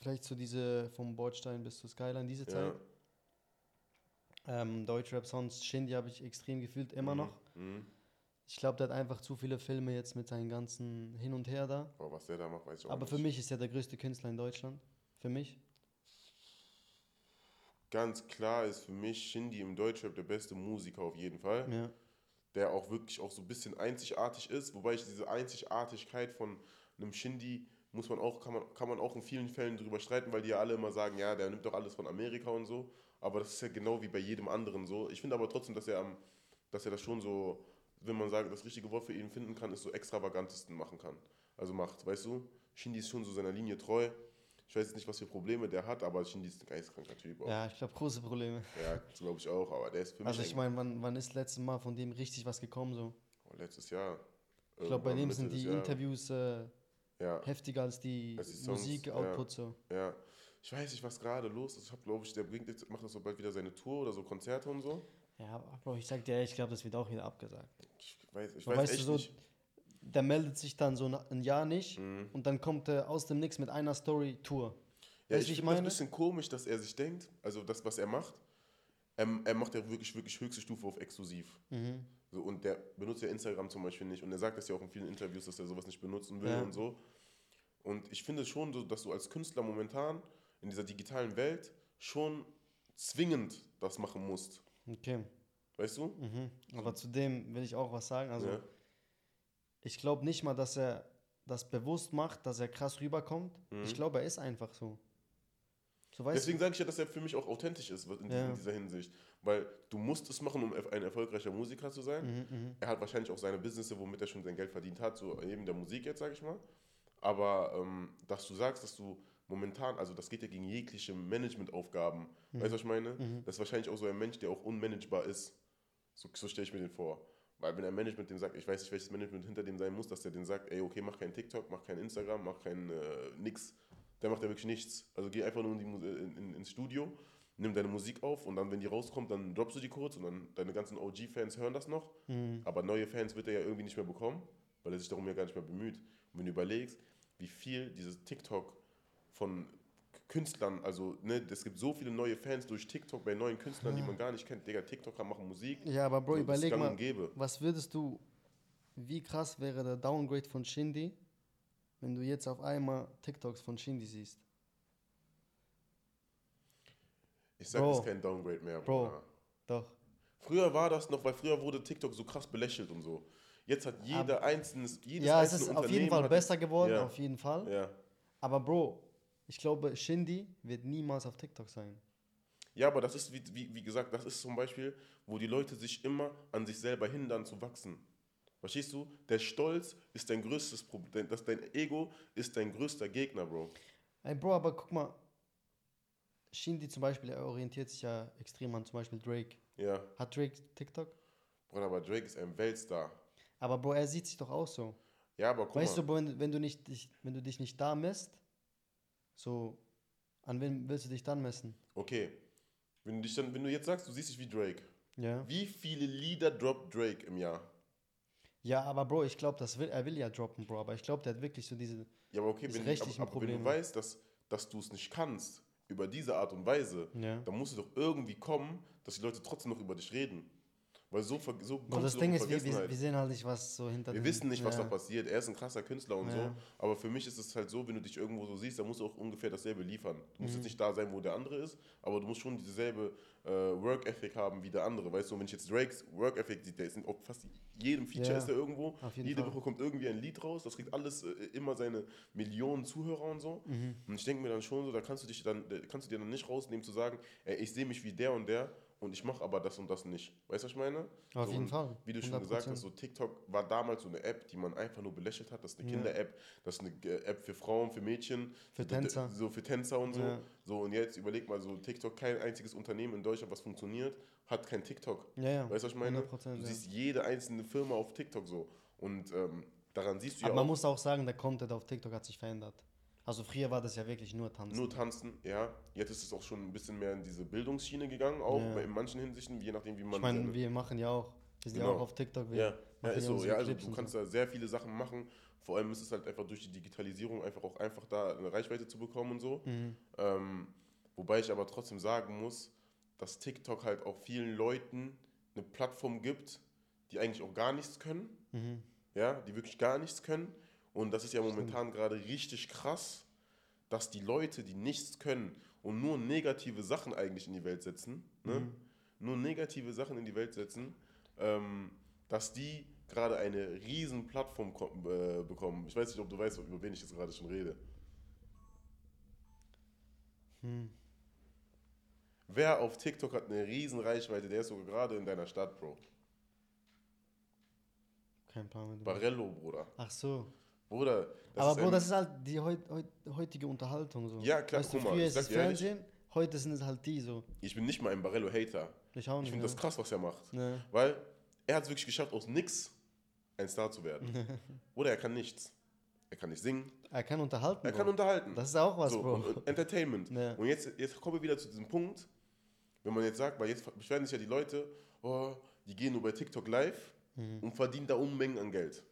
vielleicht so diese vom Bordstein bis zu Skyline, diese Zeit.
Ja.
Ähm, Deutschrap-Songs, Shindy habe ich extrem gefühlt, immer noch.
Mhm.
Ich glaube, der hat einfach zu viele Filme jetzt mit seinen ganzen Hin und Her da.
Boah, was der da macht, weiß ich auch
Aber
nicht.
für mich ist er der größte Künstler in Deutschland. Für mich.
Ganz klar ist für mich Shindy im Deutschrap der beste Musiker auf jeden Fall.
Ja.
Der auch wirklich auch so ein bisschen einzigartig ist. Wobei ich diese Einzigartigkeit von einem Shindy muss man auch, kann man, kann man auch in vielen Fällen drüber streiten, weil die ja alle immer sagen, ja, der nimmt doch alles von Amerika und so. Aber das ist ja genau wie bei jedem anderen so. Ich finde aber trotzdem, dass er am, dass er das schon so, wenn man sagt, das richtige Wort für ihn finden kann, ist so extravagantesten machen kann. Also macht, weißt du? Shindy ist schon so seiner Linie treu. Ich weiß jetzt nicht, was für Probleme der hat, aber Shindy ist ein geistkranker Typ. Auch.
ja, ich glaube, große Probleme.
Ja, glaube ich auch, aber der ist für mich
Also ich
eigentlich-
meine, wann, wann ist letztes Mal von dem richtig was gekommen? So?
oh, letztes Jahr. äh,
Ich glaube, bei
Irgendwann
dem sind
letztes
die
Jahr.
Interviews äh,
Ja,
heftiger als die,
Als die Songs,
Musik-Output. So.
ja. Ich weiß nicht, was gerade los ist. Ich habe, glaube ich, der bringt jetzt, macht das so bald wieder seine Tour oder so Konzerte und so.
Ja, aber Bro, ich sag dir, ehrlich, ich glaube, das wird auch wieder abgesagt.
Ich weiß, ich
So,
weiß
weißt du,
echt
so-
nicht.
der meldet sich dann so na- ein Jahr nicht
Mhm.
und dann kommt er aus dem Nix mit einer Story Tour.
Ja,
Weißt du,
ich finde das
ich
ein
meine?
bisschen komisch, dass er sich denkt, also das, was er macht, ähm, er macht ja wirklich, wirklich höchste Stufe auf exklusiv.
Mhm.
So, und der benutzt ja Instagram zum Beispiel nicht. Und er sagt das ja auch in vielen Interviews, dass er sowas nicht benutzen will
Ja.
und so. Und ich finde schon, so, dass du als Künstler momentan in dieser digitalen Welt schon zwingend das machen musst.
Okay.
Weißt du?
Mhm. Aber zudem will ich auch was sagen. Also,
ja.
ich glaube nicht mal, dass er das bewusst macht, dass er krass rüberkommt. Ich glaube, er ist einfach so. So weißt
Mhm. Deswegen sage ich ja, dass er für mich auch authentisch ist in,
Ja.
in dieser Hinsicht. Weil du musst es machen, um erf- ein erfolgreicher Musiker zu sein.
du. Mhm, mhm.
Er hat wahrscheinlich auch seine Business, womit er schon sein Geld verdient hat, so eben der Musik jetzt, sage ich mal. Aber ähm, dass du sagst, dass du momentan, also das geht ja gegen jegliche Managementaufgaben. Weißt du, was ich meine? Das ist wahrscheinlich auch so ein Mensch, der auch unmanagebar ist. So, so stelle ich mir den vor. Weil wenn ein Management dem sagt, ich weiß nicht, welches Management hinter dem sein muss, dass der den sagt, ey, okay, mach kein TikTok, mach kein Instagram, mach kein äh, nix. Der macht ja wirklich nichts. Also geh einfach nur in die, Mu- in, in, ins Studio, nimm deine Musik auf und dann, wenn die rauskommt, dann droppst du die kurz und dann deine ganzen OG-Fans hören das noch.
mhm,
Aber neue Fans wird er ja irgendwie nicht mehr bekommen, weil er sich darum ja gar nicht mehr bemüht. Und wenn du überlegst, wie viel dieses TikTok von Künstlern, also ne, es gibt so viele neue Fans durch TikTok bei neuen Künstlern, die man gar nicht kennt. Digga, TikToker machen Musik.
Ja, aber Bro,
so, das ist
überleg
gang
mal,
und gäbe.
was würdest du, wie krass wäre der Downgrade von Shindy, wenn du jetzt auf einmal TikToks von Shindy siehst?
Ich sag,
Bro.
das ist kein Downgrade mehr.
Bro.
Bruder.
Doch.
Früher war das noch, weil früher wurde TikTok so krass belächelt und so. Jetzt hat jeder einzelnes, jedes
ja, es
einzelne
ist auf jeden
Unternehmen
Fall
hat-
besser geworden,
Ja.
auf jeden Fall.
Ja.
Aber Bro, ich glaube, Shindy wird niemals auf TikTok sein.
ja, aber das ist, wie, wie, wie gesagt, das ist zum Beispiel, wo die Leute sich immer an sich selber hindern zu wachsen. Verstehst du? Der Stolz ist dein größtes Problem. Das, dein Ego ist dein größter Gegner, Bro.
Ey, Bro, aber guck mal, Shindy zum Beispiel, er orientiert sich ja extrem an zum Beispiel Drake.
Ja.
Hat Drake TikTok?
Bruder, aber Drake ist ein Weltstar.
Aber Bro, er sieht sich doch auch so.
Ja, aber guck
weißt
mal.
du, Bro, wenn, wenn, du nicht, dich, wenn du dich nicht da misst, so, an wen willst du dich dann messen?
Okay. Wenn du, dich dann, wenn du jetzt sagst, du siehst dich wie Drake.
Ja.
Wie viele Lieder droppt Drake im Jahr?
Ja, aber Bro, ich glaube, will, er will ja droppen, Bro, aber ich glaube, der hat wirklich so diese.
Ja, aber okay,
Ist
wenn,
rechtlich
aber,
ein
aber wenn du
Problem.
weißt, dass, dass du es nicht kannst, über diese Art und Weise,
Ja.
dann musst du doch irgendwie kommen, dass die Leute trotzdem noch über dich reden. Weil so, ver- so
Bro,
kommst
das
du
Ding
doch in
ist, wir, wir,
Vergessenheit.
wir sehen halt nicht, was so hinter
Wir
den-
wissen nicht, was
ja.
da passiert. Er ist ein krasser Künstler und so.
Ja.
Aber für mich ist es halt so, wenn du dich irgendwo so siehst, dann musst du auch ungefähr dasselbe liefern. Du musst
Mhm.
jetzt nicht da sein, wo der andere ist, aber du musst schon dieselbe äh, Work Ethic haben wie der andere. Weißt du, Und wenn ich jetzt Drakes Work Ethic sehe, der ist in auch fast jedem Feature
Ja,
ist er irgendwo.
auf jeden
Jede
Fall.
Woche kommt irgendwie ein Lied raus. Das kriegt alles äh, immer seine Millionen Zuhörer und so.
Mhm.
Und ich denke mir dann schon so, da kannst du dich dann, da kannst du dir dann nicht rausnehmen zu sagen, ey, ich sehe mich wie der und der. Und ich mache aber das und das nicht. Weißt du, was ich meine?
Auf
so,
jeden
und
Fall,
Wie du schon gesagt
100%.
hast, so TikTok war damals so eine App, die man einfach nur belächelt hat. Das ist eine Kinder-App, das ist eine äh, App für Frauen, für Mädchen,
Für
so d- d-
Tänzer.
so für Tänzer und so.
Ja.
So und jetzt überleg mal, so TikTok, kein einziges Unternehmen in Deutschland, was funktioniert, hat kein TikTok.
Ja, ja.
Weißt du, was ich meine?
100%,
du
ja.
siehst jede einzelne Firma auf TikTok so und ähm, daran siehst du
Aber
ja
man
auch
muss auch sagen, der Content auf TikTok hat sich verändert. Also früher war das ja wirklich nur Tanzen.
nur tanzen, ja. Jetzt ist es auch schon ein bisschen mehr in diese Bildungsschiene gegangen, auch
Ja.
bei- in manchen Hinsichten, je nachdem, wie man
ich meine,
seine-
wir machen ja auch, wir sind ja
Genau.
auch auf TikTok. Wir
Ja, ja
machen
ist so.
unsere
Ja, also
Clips
du
und
kannst da sehr viele Sachen machen. Vor allem ist es halt einfach durch die Digitalisierung einfach auch einfach da eine Reichweite zu bekommen und so.
Mhm.
Ähm, wobei ich aber trotzdem sagen muss, dass TikTok halt auch vielen Leuten eine Plattform gibt, die eigentlich auch gar nichts können.
Mhm.
Ja, die wirklich gar nichts können. Und das ist ja momentan gerade richtig krass, dass die Leute, die nichts können und nur negative Sachen eigentlich in die Welt setzen, ne?
Mhm.
nur negative Sachen in die Welt setzen, ähm, dass die gerade eine riesen Plattform ko- äh, bekommen. Ich weiß nicht, ob du weißt, über wen ich jetzt gerade schon rede.
Hm.
Wer auf TikTok hat eine riesen Reichweite, der ist sogar gerade in deiner Stadt, Bro.
Kein Plan mehr. du-
Barello, Bruder.
Ach so.
Bruder. das
Mhm. Aber Bro,
ein-
das ist halt die heut, heut, heutige Unterhaltung so.
Ja, klar,
weißt du,
guck mal,
früher
ich
ist
sag
es
dir ehrlich-
Fernsehen, heute sind es halt die so.
ich bin nicht mal ein Barello-Hater.
Ich auch
Ich
nicht.
finde das
ne?
krass, was er macht.
Ne.
Weil er hat es wirklich geschafft, aus nix ein Star zu werden. Oder er kann nichts. Er kann nicht singen,
Er kann unterhalten.
er kann
Bro.
unterhalten.
das ist auch was,
so,
Bro.
und- und Entertainment.
Ja.
Und jetzt, jetzt kommen wir wieder zu diesem Punkt, wenn man jetzt sagt, weil jetzt beschweren sich ja die Leute, oh, die gehen nur bei TikTok live
Mhm.
und verdienen da Unmengen an Geld.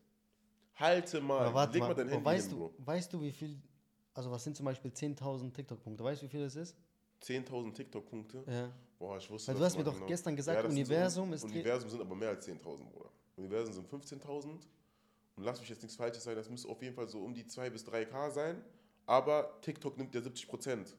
Halte mal,
Aber warte
leg
mal,
mal dein
Bro,
Handy
weißt,
hin,
du,
Bro.
weißt du, wie viel Also was sind zum Beispiel 10.000 TikTok-Punkte? Weißt du, wie viel das ist?
10.000 TikTok-Punkte?
Ja.
Boah, ich wusste
Weil du
das
hast mir
mal
doch gestern gesagt,
das sind
Universum ist
so,
dre-
Universum sind aber mehr als 10.000, Bruder. Universum sind 15.000. Und lass mich jetzt nichts Falsches sein, das müsste auf jeden Fall so um die 2 bis 3K sein. Aber TikTok nimmt ja 70 Prozent.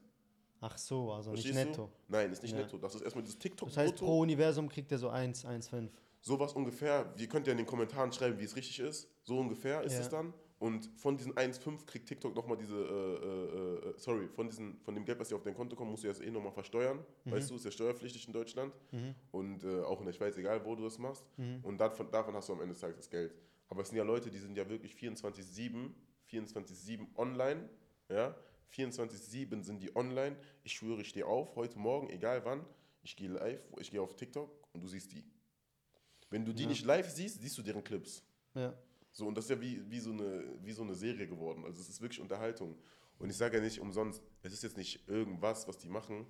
Ach so, also nicht
Verstehst
netto.
Du? Nein, ist nicht
Ja.
netto. Das ist erstmal dieses tiktok
Das heißt, pro Universum kriegt er so 1, 1,5.
Sowas ungefähr. Ihr könnt ja in den Kommentaren schreiben, wie es richtig ist. So ungefähr ist
Ja.
es dann. Und von diesen 1,5 kriegt TikTok nochmal diese, äh, äh, äh, sorry, von, diesen, von dem Geld, was dir auf dein Konto kommt, musst du das eh nochmal versteuern. Weißt du, ist ja steuerpflichtig in Deutschland. Und äh, auch in der Schweiz, egal wo du das machst. Und davon, davon hast du am Ende des Tages das Geld. Aber es sind ja Leute, die sind ja wirklich 24-7, 24-7 online. Ja? 24-7 sind die online. Ich schwöre, ich stehe auf, heute Morgen, egal wann, ich gehe live, ich gehe auf TikTok und du siehst die. Wenn du die nicht live siehst, siehst du deren Clips.
Ja.
So, und das ist ja wie, wie, so eine, wie so eine Serie geworden. Also es ist wirklich Unterhaltung. Und ich sage ja nicht umsonst, es ist jetzt nicht irgendwas, was die machen,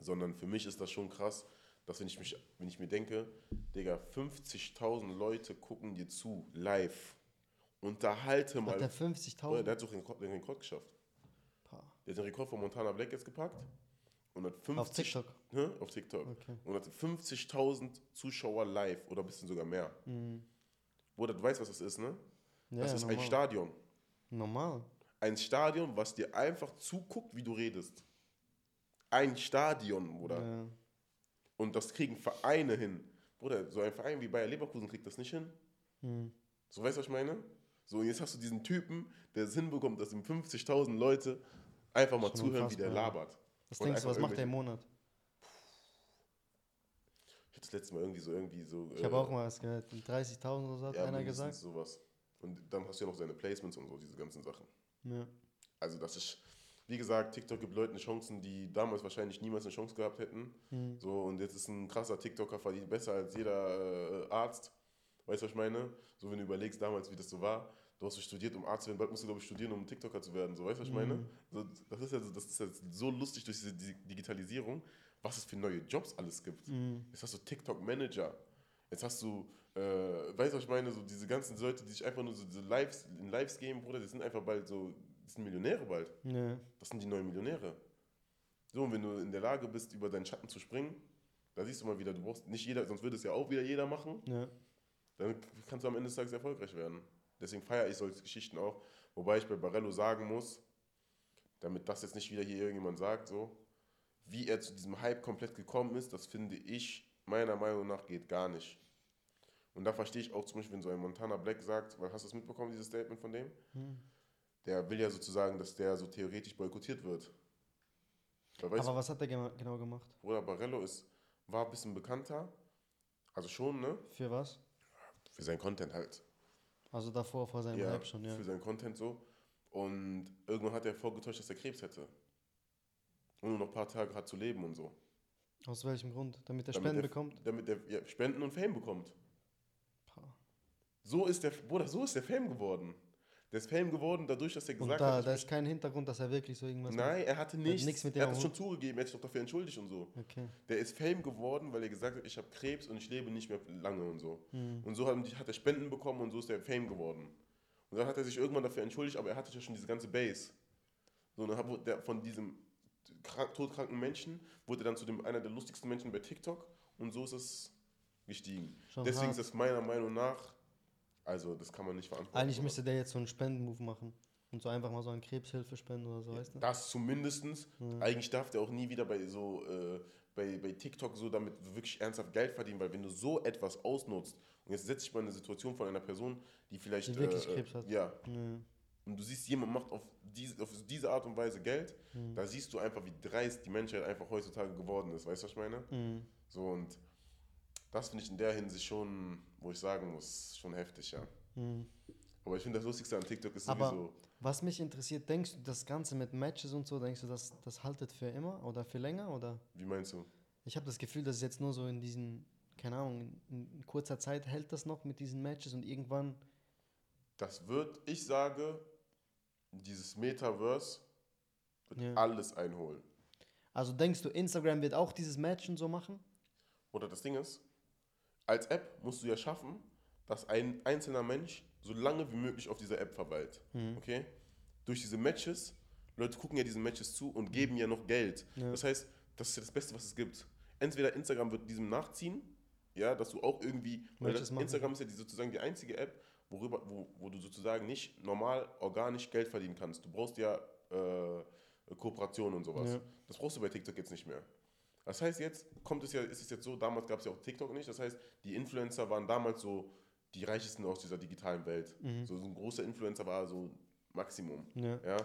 sondern für mich ist das schon krass, dass wenn ich, mich, wenn ich mir denke, Digga, 50.000 Leute gucken dir zu, live. Unterhalte
Hat
mal.
der
Oder
50.000?
der hat doch den Rekord, den Rekord geschafft.
Pah.
Der hat den Rekord von Montana Black jetzt gepackt. Und hat 50,
Auf TikTok.
Ne? Auf TikTok.
Okay.
Und hat 50.000 Zuschauer live oder ein bisschen sogar mehr. Bruder, du weißt, was das ist, ne?
Mhm. Ja,
Das ist
normal.
ein Stadion.
Normal.
Ein Stadion, was dir einfach zuguckt, wie du redest. Ein Stadion, Bruder.
Ja.
Und das kriegen Vereine hin. Bruder, so ein Verein wie Bayer Leverkusen kriegt das nicht hin.
Hm.
So, weißt du, was ich meine? So, und jetzt hast du diesen Typen, der es hinbekommt, dass ihm 50.000 Leute einfach mal
Schon
zuhören, wie der
unfassbar.
labert.
Was
Oder
denkst du,
einfach
was macht der im
irgendwelche-
Monat?
Ich hab das letzte Mal irgendwie so, irgendwie so.
Ich habe auch mal was gehört. 30.000 oder so hat
Äh, ja,
einer
mindestens
gesagt.
sowas. Und dann hast du ja noch seine Placements und so, diese ganzen Sachen.
Ja.
Also das ist, wie gesagt, TikTok gibt Leuten Chancen, die damals wahrscheinlich niemals eine Chance gehabt hätten.
Hm.
So, und jetzt ist ein krasser TikToker, verdient besser als jeder äh, Arzt. Weißt du, was ich meine? So, wenn du überlegst damals, wie das so war. Du hast so studiert, um Arzt zu werden. Bald musst du, glaube ich, studieren, um TikToker zu werden. So, weißt du, was ich meine? So, das ist ja so, das ist ja so lustig durch diese Di- Digitalisierung, was es für neue Jobs alles gibt.
Mhm.
Jetzt hast du TikTok-Manager. Jetzt hast du, äh, weißt du, was ich meine? So diese ganzen Leute, die sich einfach nur so diese Lives, in Lives geben, Bruder, die sind einfach bald so, die sind Millionäre bald.
Ja.
Das sind die neuen Millionäre. So, und wenn du in der Lage bist, über deinen Schatten zu springen, da siehst du mal wieder, du brauchst nicht jeder, sonst würde es ja auch wieder jeder machen,
Ja.
dann kannst du am Ende des Tages erfolgreich werden. Deswegen feiere ich solche Geschichten auch. Wobei ich bei Barello sagen muss, damit das jetzt nicht wieder hier irgendjemand sagt, so, wie er zu diesem Hype komplett gekommen ist, das finde ich meiner Meinung nach geht gar nicht. Und da verstehe ich auch zum Beispiel, wenn so ein Montana Black sagt, weil hast du es mitbekommen, dieses Statement von dem?
Hm.
Der will ja sozusagen, dass der so theoretisch boykottiert wird. Weil weißt
Aber was hat der gema- genau gemacht?
du, Bruder Barello ist, war ein bisschen bekannter. Also schon, ne?
Für was?
Für seinen Content halt.
Also davor, vor seinem
Ja,
Hype schon, ja.
Für seinen Content so. Und irgendwann hat er vorgetäuscht, dass er Krebs hätte. Und nur noch ein paar Tage hat zu leben und so.
Aus welchem Grund? Damit er
Damit
Spenden
er-
bekommt?
Damit er ja, Spenden und Fame bekommt.
Pah.
So ist der, Bruder, so ist der Fame geworden. Der ist Fame geworden dadurch, dass er
Und
gesagt
da,
hat,
da ist kein Hintergrund, dass er wirklich so irgendwas
halt, nein, er hatte nichts.
nichts mit
er
dem
hat es schon
Hut.
zugegeben, er hat sich doch dafür entschuldigt und so.
macht. Okay.
Der ist Fame geworden, weil er gesagt hat, ich habe Krebs und ich lebe nicht mehr lange und so.
Hm.
Und so haben die- hat er Spenden bekommen und so ist er Fame geworden. Und dann hat er sich irgendwann dafür entschuldigt, aber er hatte ja schon diese ganze Base. So, und dann hat, wurde der, von diesem krank, todkranken Menschen wurde er dann zu dem einer der lustigsten Menschen bei TikTok und so ist es gestiegen.
Schon
Deswegen
hart.
ist das meiner Meinung nach, also das kann man nicht verantworten.
Eigentlich
oder?
müsste der jetzt so einen Spendenmove machen. Und so einfach mal so an Krebshilfe spenden oder so, weißt du?
Das zumindestens.
Mhm.
Eigentlich darf der auch nie wieder bei so äh, bei, bei TikTok so damit wirklich ernsthaft Geld verdienen, weil wenn du so etwas ausnutzt und jetzt setzt sich mal in eine Situation von einer Person, die vielleicht
Die wirklich
äh,
Krebs hat.
Ja.
Ja.
Und du siehst, jemand macht auf diese, auf diese Art und Weise Geld,
Mhm.
da siehst du einfach, wie dreist die Menschheit einfach heutzutage geworden ist. Weißt du, was ich meine?
Hm.
So und das finde ich in der Hinsicht schon, wo ich sagen muss, schon heftig, ja.
Hm.
Aber ich finde das Lustigste an TikTok ist
Aber-
sowieso.
Was mich interessiert, denkst du, das Ganze mit Matches und so, denkst du, das, das haltet für immer oder für länger? Oder?
Wie meinst du?
Ich habe das Gefühl, dass es jetzt nur so in diesen, keine Ahnung, in, in kurzer Zeit hält das noch mit diesen Matches und irgendwann.
Das wird, ich sage, dieses Metaverse wird
Ja.
alles einholen.
Also denkst du, Instagram wird auch dieses Match und so machen?
Oder das Ding ist, als App musst du ja schaffen, dass ein
Mhm.
einzelner Mensch so lange wie möglich auf dieser App verweilt. Okay? Durch diese Matches Leute gucken ja diesen Matches zu und geben ja noch Geld.
Ja.
Das heißt, das ist ja das Beste, was es gibt. Entweder Instagram wird diesem nachziehen, ja, dass du auch irgendwie, weil
Matches
das,
machen.
Instagram ist ja die, sozusagen die einzige App, worüber, wo, wo du sozusagen nicht normal, organisch Geld verdienen kannst. Du brauchst ja äh, Kooperationen und sowas.
Ja.
Das brauchst du bei TikTok jetzt nicht mehr. Das heißt, jetzt kommt es ja, ist es jetzt so, damals gab es ja auch TikTok nicht. Das heißt, die Influencer waren damals so die reichesten aus dieser digitalen Welt. So, so ein großer Influencer war so Maximum.
Ja.
Ja.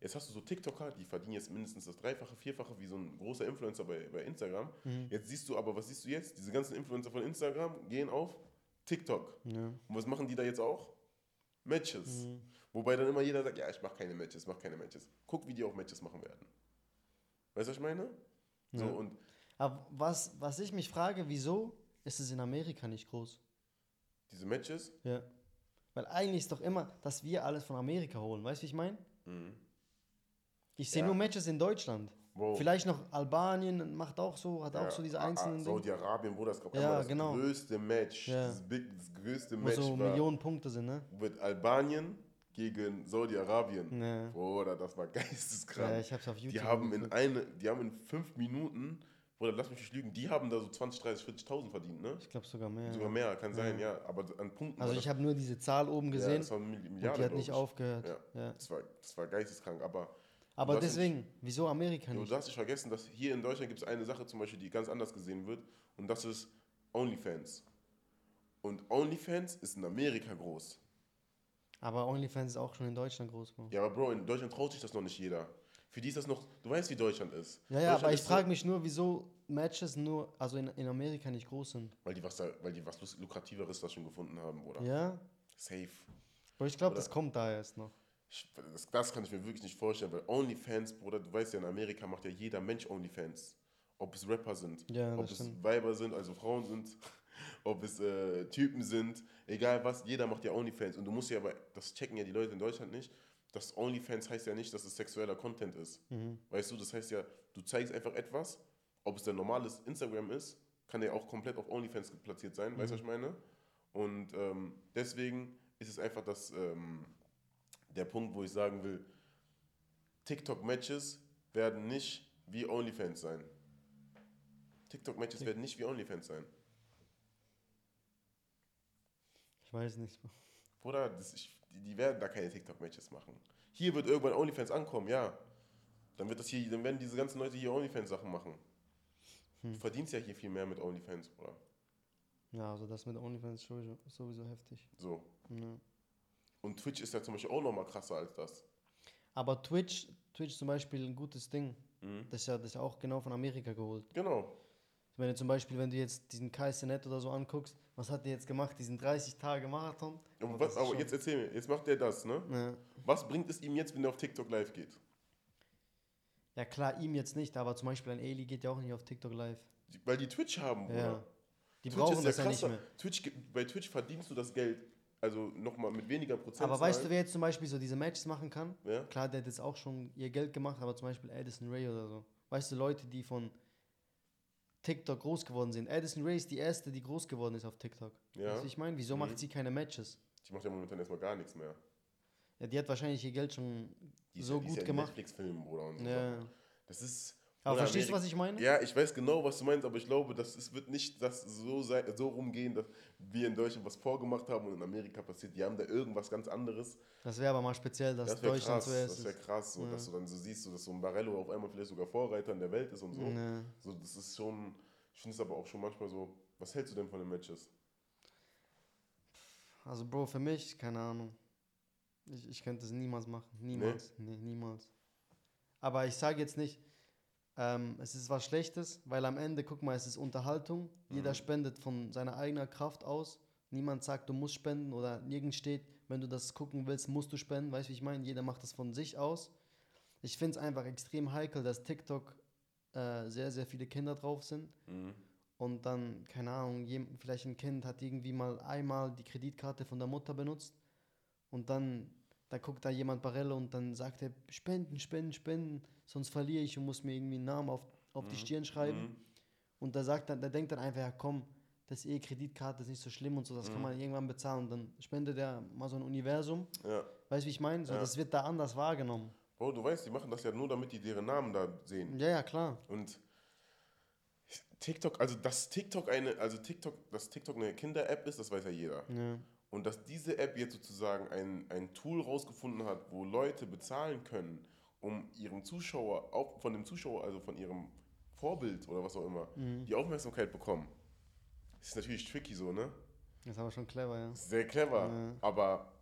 Jetzt hast du so TikToker, die verdienen jetzt mindestens das Dreifache, Vierfache wie so ein großer Influencer bei, bei Instagram. Jetzt siehst du aber, was siehst du jetzt? Diese ganzen Influencer von Instagram gehen auf TikTok.
Ja.
Und was machen die da jetzt auch? Matches.
Mhm.
Wobei dann immer jeder sagt, ja, ich mache keine Matches, mache keine Matches. Guck, wie die auch Matches machen werden. Weißt du, was ich meine? So,
Ja.
und
Aber was, was ich mich frage, wieso ist es in Amerika nicht groß?
diese Matches,
Ja. Weil eigentlich ist doch immer, dass wir alles von Amerika holen. Weißt du, wie ich meine? Ich sehe
Ja.
nur Matches in Deutschland.
Wow.
Vielleicht noch Albanien macht auch so, hat auch so diese
Oh. Ah, ah,
einzelnen Dinge,
Saudi-Arabien, wo das gab
Ja,
einmal das
genau.
größte Match,
Ja.
das, big, das größte
wo
Match
so
war
Millionen Punkte sind, ne?
mit Albanien gegen Saudi-Arabien.
Ja.
Bruder, das war geisteskrank.
Ja, ich hab's auf YouTube
Die haben in
geguckt.
eine, die haben in fünf Minuten, Bruder, lass mich nicht lügen, die haben da so 20, 30, 40.000 verdient, ne?
Ich glaube sogar mehr.
Sogar mehr, kann sein, ja. Aber an Punkten.
Also
war
ich habe nur diese Zahl oben
das,
gesehen
das war Milli-
und die
Milliarden,
hat nicht
glaub
aufgehört.
Ja.
Ja.
ich. Das war, das war geisteskrank, aber
Aber
hast nicht-
deswegen, wieso Amerika
Du
nicht?
darfst nicht vergessen, dass hier in Deutschland gibt es eine Sache zum Beispiel, die ganz anders gesehen wird und das ist OnlyFans. Und OnlyFans ist in Amerika groß.
Aber OnlyFans ist auch schon in Deutschland groß. Bro.
Ja, aber Bro, in Deutschland traut sich das noch nicht jeder. Für die ist das noch, du weißt, wie Deutschland ist.
Ja, ja,
Deutschland
aber ich
ist
frage mich nur, wieso Matches nur, also in, in Amerika nicht groß sind.
So, weil die was, da, weil die was lus- Lukrativeres da schon gefunden haben, oder?
Ja?
Safe.
Aber ich glaube,
Oder-
das kommt daher erst noch.
Ich, das, das kann ich mir wirklich nicht vorstellen, weil OnlyFans, Bruder, du weißt ja, in Amerika macht ja jeder Mensch OnlyFans. Ob es Rapper sind,
Ja,
ob
das
es
stimmt.
Weiber sind, also Frauen sind, ob es äh, Typen sind, egal was, jeder macht ja OnlyFans. Und du musst ja aber, das checken ja die Leute in Deutschland nicht, dass OnlyFans heißt ja nicht, dass es sexueller Content ist.
Mhm.
Weißt du, das heißt ja, du zeigst einfach etwas, ob es dein normales Instagram ist, kann ja auch komplett auf OnlyFans platziert sein, weißt du, was
Mhm.
ich meine? Und ähm, deswegen ist es einfach das, ähm, der Punkt, wo ich sagen will, TikTok-Matches werden nicht wie OnlyFans sein. TikTok-Matches werden nicht wie OnlyFans sein.
Ich weiß nicht. Bro.
Bruder, das, ich, die, die werden da keine TikTok-Matches machen. Hier wird irgendwann OnlyFans ankommen, ja. Dann wird das hier, dann werden diese ganzen Leute hier OnlyFans-Sachen machen.
Hm.
Du verdienst ja hier viel mehr mit OnlyFans, Bruder.
Ja, also das mit OnlyFans ist sowieso, sowieso heftig.
So.
Ja.
Und Twitch ist ja zum Beispiel auch nochmal krasser als das.
Aber Twitch, Twitch zum Beispiel ein gutes Ding.
Mhm.
Das ist ja das ist ja auch genau von Amerika geholt.
Genau.
Wenn du zum Beispiel, wenn du jetzt diesen Kai Senet oder so anguckst, was hat der jetzt gemacht, diesen 30 Tage Marathon?
Aber,
Oh, das
was,
ist
aber
schon-
jetzt erzähl mir, jetzt macht der das, ne?
Ja.
Was bringt es ihm jetzt, wenn er auf TikTok live geht?
ja klar, ihm jetzt nicht, aber zum Beispiel ein Eli geht ja auch nicht auf TikTok live.
Die- Weil die Twitch haben, Bruder.
Ja. Die
Twitch
brauchen
ist
das ja nicht
krasser.
mehr.
Twitch, ge- bei Twitch verdienst du das Geld, also nochmal mit weniger Prozent.
Aber weißt du, wer jetzt zum Beispiel so diese Matches machen kann?
Ja.
Klar, der hat jetzt auch schon ihr Geld gemacht, aber zum Beispiel Addison Ray oder so. Weißt du, Leute, die von TikTok groß geworden sind. Addison Ray ist die erste, die groß geworden ist auf TikTok.
Ja. Mhm.
Weißt du, ich meine, wieso macht sie keine Matches?
Die macht ja momentan erstmal gar nichts mehr.
Ja, die hat wahrscheinlich ihr Geld schon
Die ist
so
ja, die ist
gut
ja
gemacht.
Netflix-Film, Bruder. Und so
Ja.
Sachen. Das ist.
Aber
Bruder,
verstehst du,
Ameri-
was ich meine?
Ja, ich weiß genau, was du meinst, aber ich glaube, das es wird nicht das so, sei, so rumgehen, dass wir in Deutschland was vorgemacht haben und in Amerika passiert. Die haben da irgendwas ganz anderes.
Das wäre aber mal speziell, dass
Das wäre
Deutschland
krass.
zuerst
Das wäre
ist.
krass, so, dass du dann so siehst, so, dass so ein Barello auf einmal vielleicht sogar Vorreiter in der Welt ist und so.
Ja.
So, das ist schon. Ich finde es aber auch schon manchmal so. Was hältst du denn von den Matches?
Also, Bro, für mich, keine Ahnung. Ich, ich könnte es niemals machen. Niemals. Nee, niemals. Aber ich sage jetzt nicht, ähm, es ist was Schlechtes, weil am Ende, guck mal, es ist Unterhaltung. Jeder spendet von seiner eigenen Kraft aus. Niemand sagt, du musst spenden oder nirgends steht, wenn du das gucken willst, musst du spenden. Weißt du, wie ich meine? Jeder macht das von sich aus. Ich finde es einfach extrem heikel, dass TikTok äh, sehr, sehr viele Kinder drauf sind. Und dann, keine Ahnung, jem- vielleicht ein Kind hat irgendwie mal einmal die Kreditkarte von der Mutter benutzt und dann, da guckt da jemand Barelle und dann sagt er, spenden, spenden, spenden, sonst verliere ich und muss mir irgendwie einen Namen auf, auf die Stirn schreiben.
Mhm.
Und da sagt dann, der denkt dann einfach, ja komm, das ist eh Kreditkarte, ist nicht so schlimm und so, das
Mhm.
kann man irgendwann bezahlen. Und dann spendet er mal so ein Universum.
Ja.
Weißt du, wie ich meine? So,
Ja.
Das wird da anders wahrgenommen.
Bro, du weißt, die machen das ja nur, damit die deren Namen da sehen.
Ja, ja, klar.
Und TikTok, also dass TikTok eine, also TikTok, dass TikTok eine Kinder-App ist, das weiß ja jeder.
Ja.
Und dass diese App jetzt sozusagen ein, ein Tool rausgefunden hat, wo Leute bezahlen können, um ihrem Zuschauer, auch von dem Zuschauer, also von ihrem Vorbild oder was auch immer, die Aufmerksamkeit bekommen. Das ist natürlich tricky so, ne?
Das ist aber schon clever, ja.
Sehr clever.
Ja.
Aber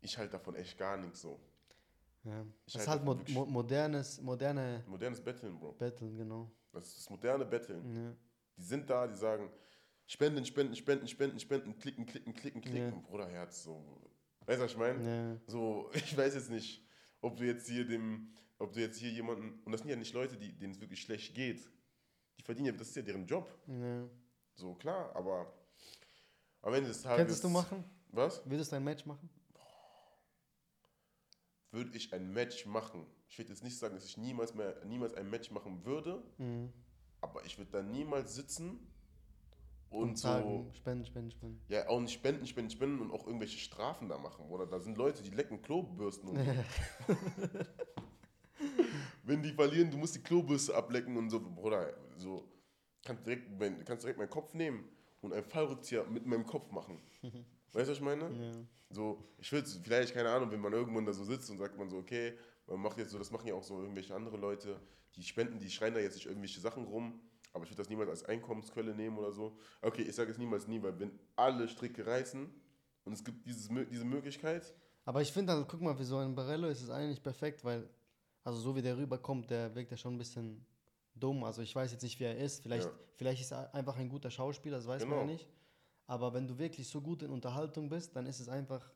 ich halte davon echt gar nichts so.
ja. Das ist
halte
halt
davon
mo
wirklich-
mo modernes, moderne
Modernes Betteln, Bro.
Betteln, genau.
Das ist das moderne Betteln.
Ja.
Die sind da, die sagen, spenden, spenden, spenden, spenden, spenden, klicken, klicken, klicken, klicken.
Ja.
Und Bruderherz, so. Weißt du, was ich meine?
Ja.
So, ich weiß jetzt nicht, ob du jetzt hier dem, ob du jetzt hier jemanden, und das sind ja nicht Leute, die, denen es wirklich schlecht geht. Die verdienen ja, das ist ja deren Job.
Ja.
So, klar, aber am Ende des Tages.
Könntest du machen?
Was?
Würdest du ein Match machen?
Würde ich ein Match machen? Ich würde jetzt nicht sagen, dass ich niemals mehr, niemals ein Match machen würde,
Mhm.
aber ich würde da niemals sitzen und,
Und
so.
sagen, spenden, spenden, spenden.
Ja, auch nicht spenden, spenden, spenden und auch irgendwelche Strafen da machen. Oder da sind Leute, die lecken Klobürsten. Und Wenn die verlieren, du musst die Klobürste ablecken und so. Bruder, so. Kannst direkt, mein, kannst direkt meinen Kopf nehmen und einen Fallrückzieher mit meinem Kopf machen. Weißt du, was ich meine?
ja.
So, ich würde vielleicht, keine Ahnung, wenn man irgendwann da so sitzt und sagt man so, okay, man macht jetzt so, das machen ja auch so irgendwelche andere Leute, die spenden, die schreien da jetzt nicht irgendwelche Sachen rum, aber ich würde das niemals als Einkommensquelle nehmen oder so. Okay, ich sage es niemals nie, weil wenn alle Stricke reißen und es gibt dieses, Mö- diese Möglichkeit,
Aber ich finde, also, guck mal, für so einen Barello ist es eigentlich perfekt, weil, also so wie der rüberkommt, der wirkt ja schon ein bisschen dumm. Also ich weiß jetzt nicht, wie er ist. Vielleicht,
Ja.
vielleicht ist er einfach ein guter Schauspieler, das weiß
Genau.
man ja nicht. Aber wenn du wirklich so gut in Unterhaltung bist, dann ist es einfach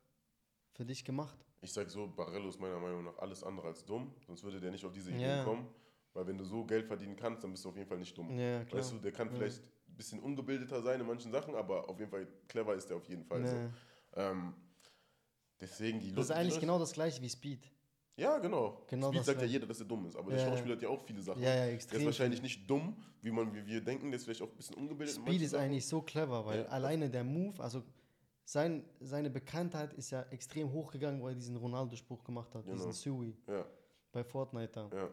für dich gemacht.
ich sage so, Barello ist meiner Meinung nach alles andere als dumm, sonst würde der nicht auf diese Ideen
Ja.
kommen, weil wenn du so Geld verdienen kannst, dann bist du auf jeden Fall nicht dumm.
Ja, klar.
Weißt du, der kann
Ja.
vielleicht ein bisschen ungebildeter sein in manchen Sachen, aber auf jeden Fall clever ist er auf jeden Fall. So.
Nee.
Ähm, deswegen die
Das ist
Leute-
eigentlich
die
genau das gleiche wie Speed.
Ja, genau.
genau
Speed
das
sagt ja
gleich.
jeder, dass er dumm ist, aber der
Ja, ja.
Schauspieler hat ja auch viele Sachen.
Ja, ja,
Der ist
extrem.
wahrscheinlich nicht dumm, wie man wie wir denken, der ist vielleicht auch ein bisschen ungebildet. in
Speed
manchen
ist
Sachen.
eigentlich so clever, weil
Ja.
alleine der Move, also sein, seine Bekanntheit ist ja extrem hochgegangen, weil er diesen Ronaldo-Spruch gemacht hat,
Genau.
diesen Sui
Ja,
bei Fortnite da.
ja.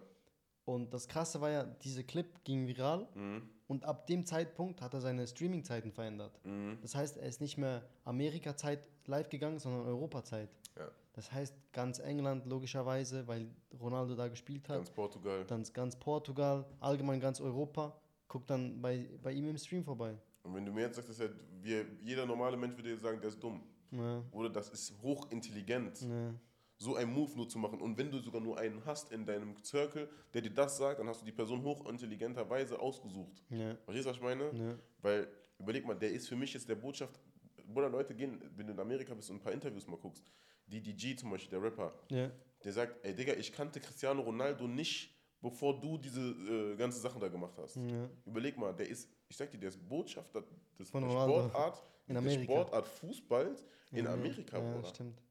Und das Krasse war ja, dieser Clip ging viral
Mhm.
und ab dem Zeitpunkt hat er seine Streaming-Zeiten verändert.
Mhm.
Das heißt, er ist nicht mehr Amerika-Zeit live gegangen, sondern Europa-Zeit.
Ja.
Das heißt, ganz England logischerweise, weil Ronaldo da gespielt hat,
Ganz Portugal.
dann ist ganz Portugal, allgemein ganz Europa, guckt dann bei, bei ihm im Stream vorbei.
Und wenn du mir jetzt sagst, dass er, wir, jeder normale Mensch würde jetzt sagen, der ist dumm.
Ja,
Oder das ist hochintelligent,
ja.
so einen Move nur zu machen. Und wenn du sogar nur einen hast in deinem Circle, der dir das sagt, dann hast du die Person hochintelligenterweise ausgesucht.
Ja,
Verstehst du, was ich meine?
ja,
Weil, überleg mal, der ist für mich jetzt der Botschaft, Bruder, Leute gehen, wenn du in Amerika bist und ein paar Interviews mal guckst, DDG zum Beispiel, der Rapper,
ja,
der sagt, ey Digga, ich kannte Cristiano Ronaldo nicht, bevor du diese äh, ganzen Sachen da gemacht hast.
ja.
Überleg mal, der ist, ich sag dir, der ist Botschafter des
Von
der
Ronaldo.
Sportart,
In
der
Amerika.
Sportart Fußball in
Ja,
Amerika,
Ne, Ja,
Bruder.
stimmt.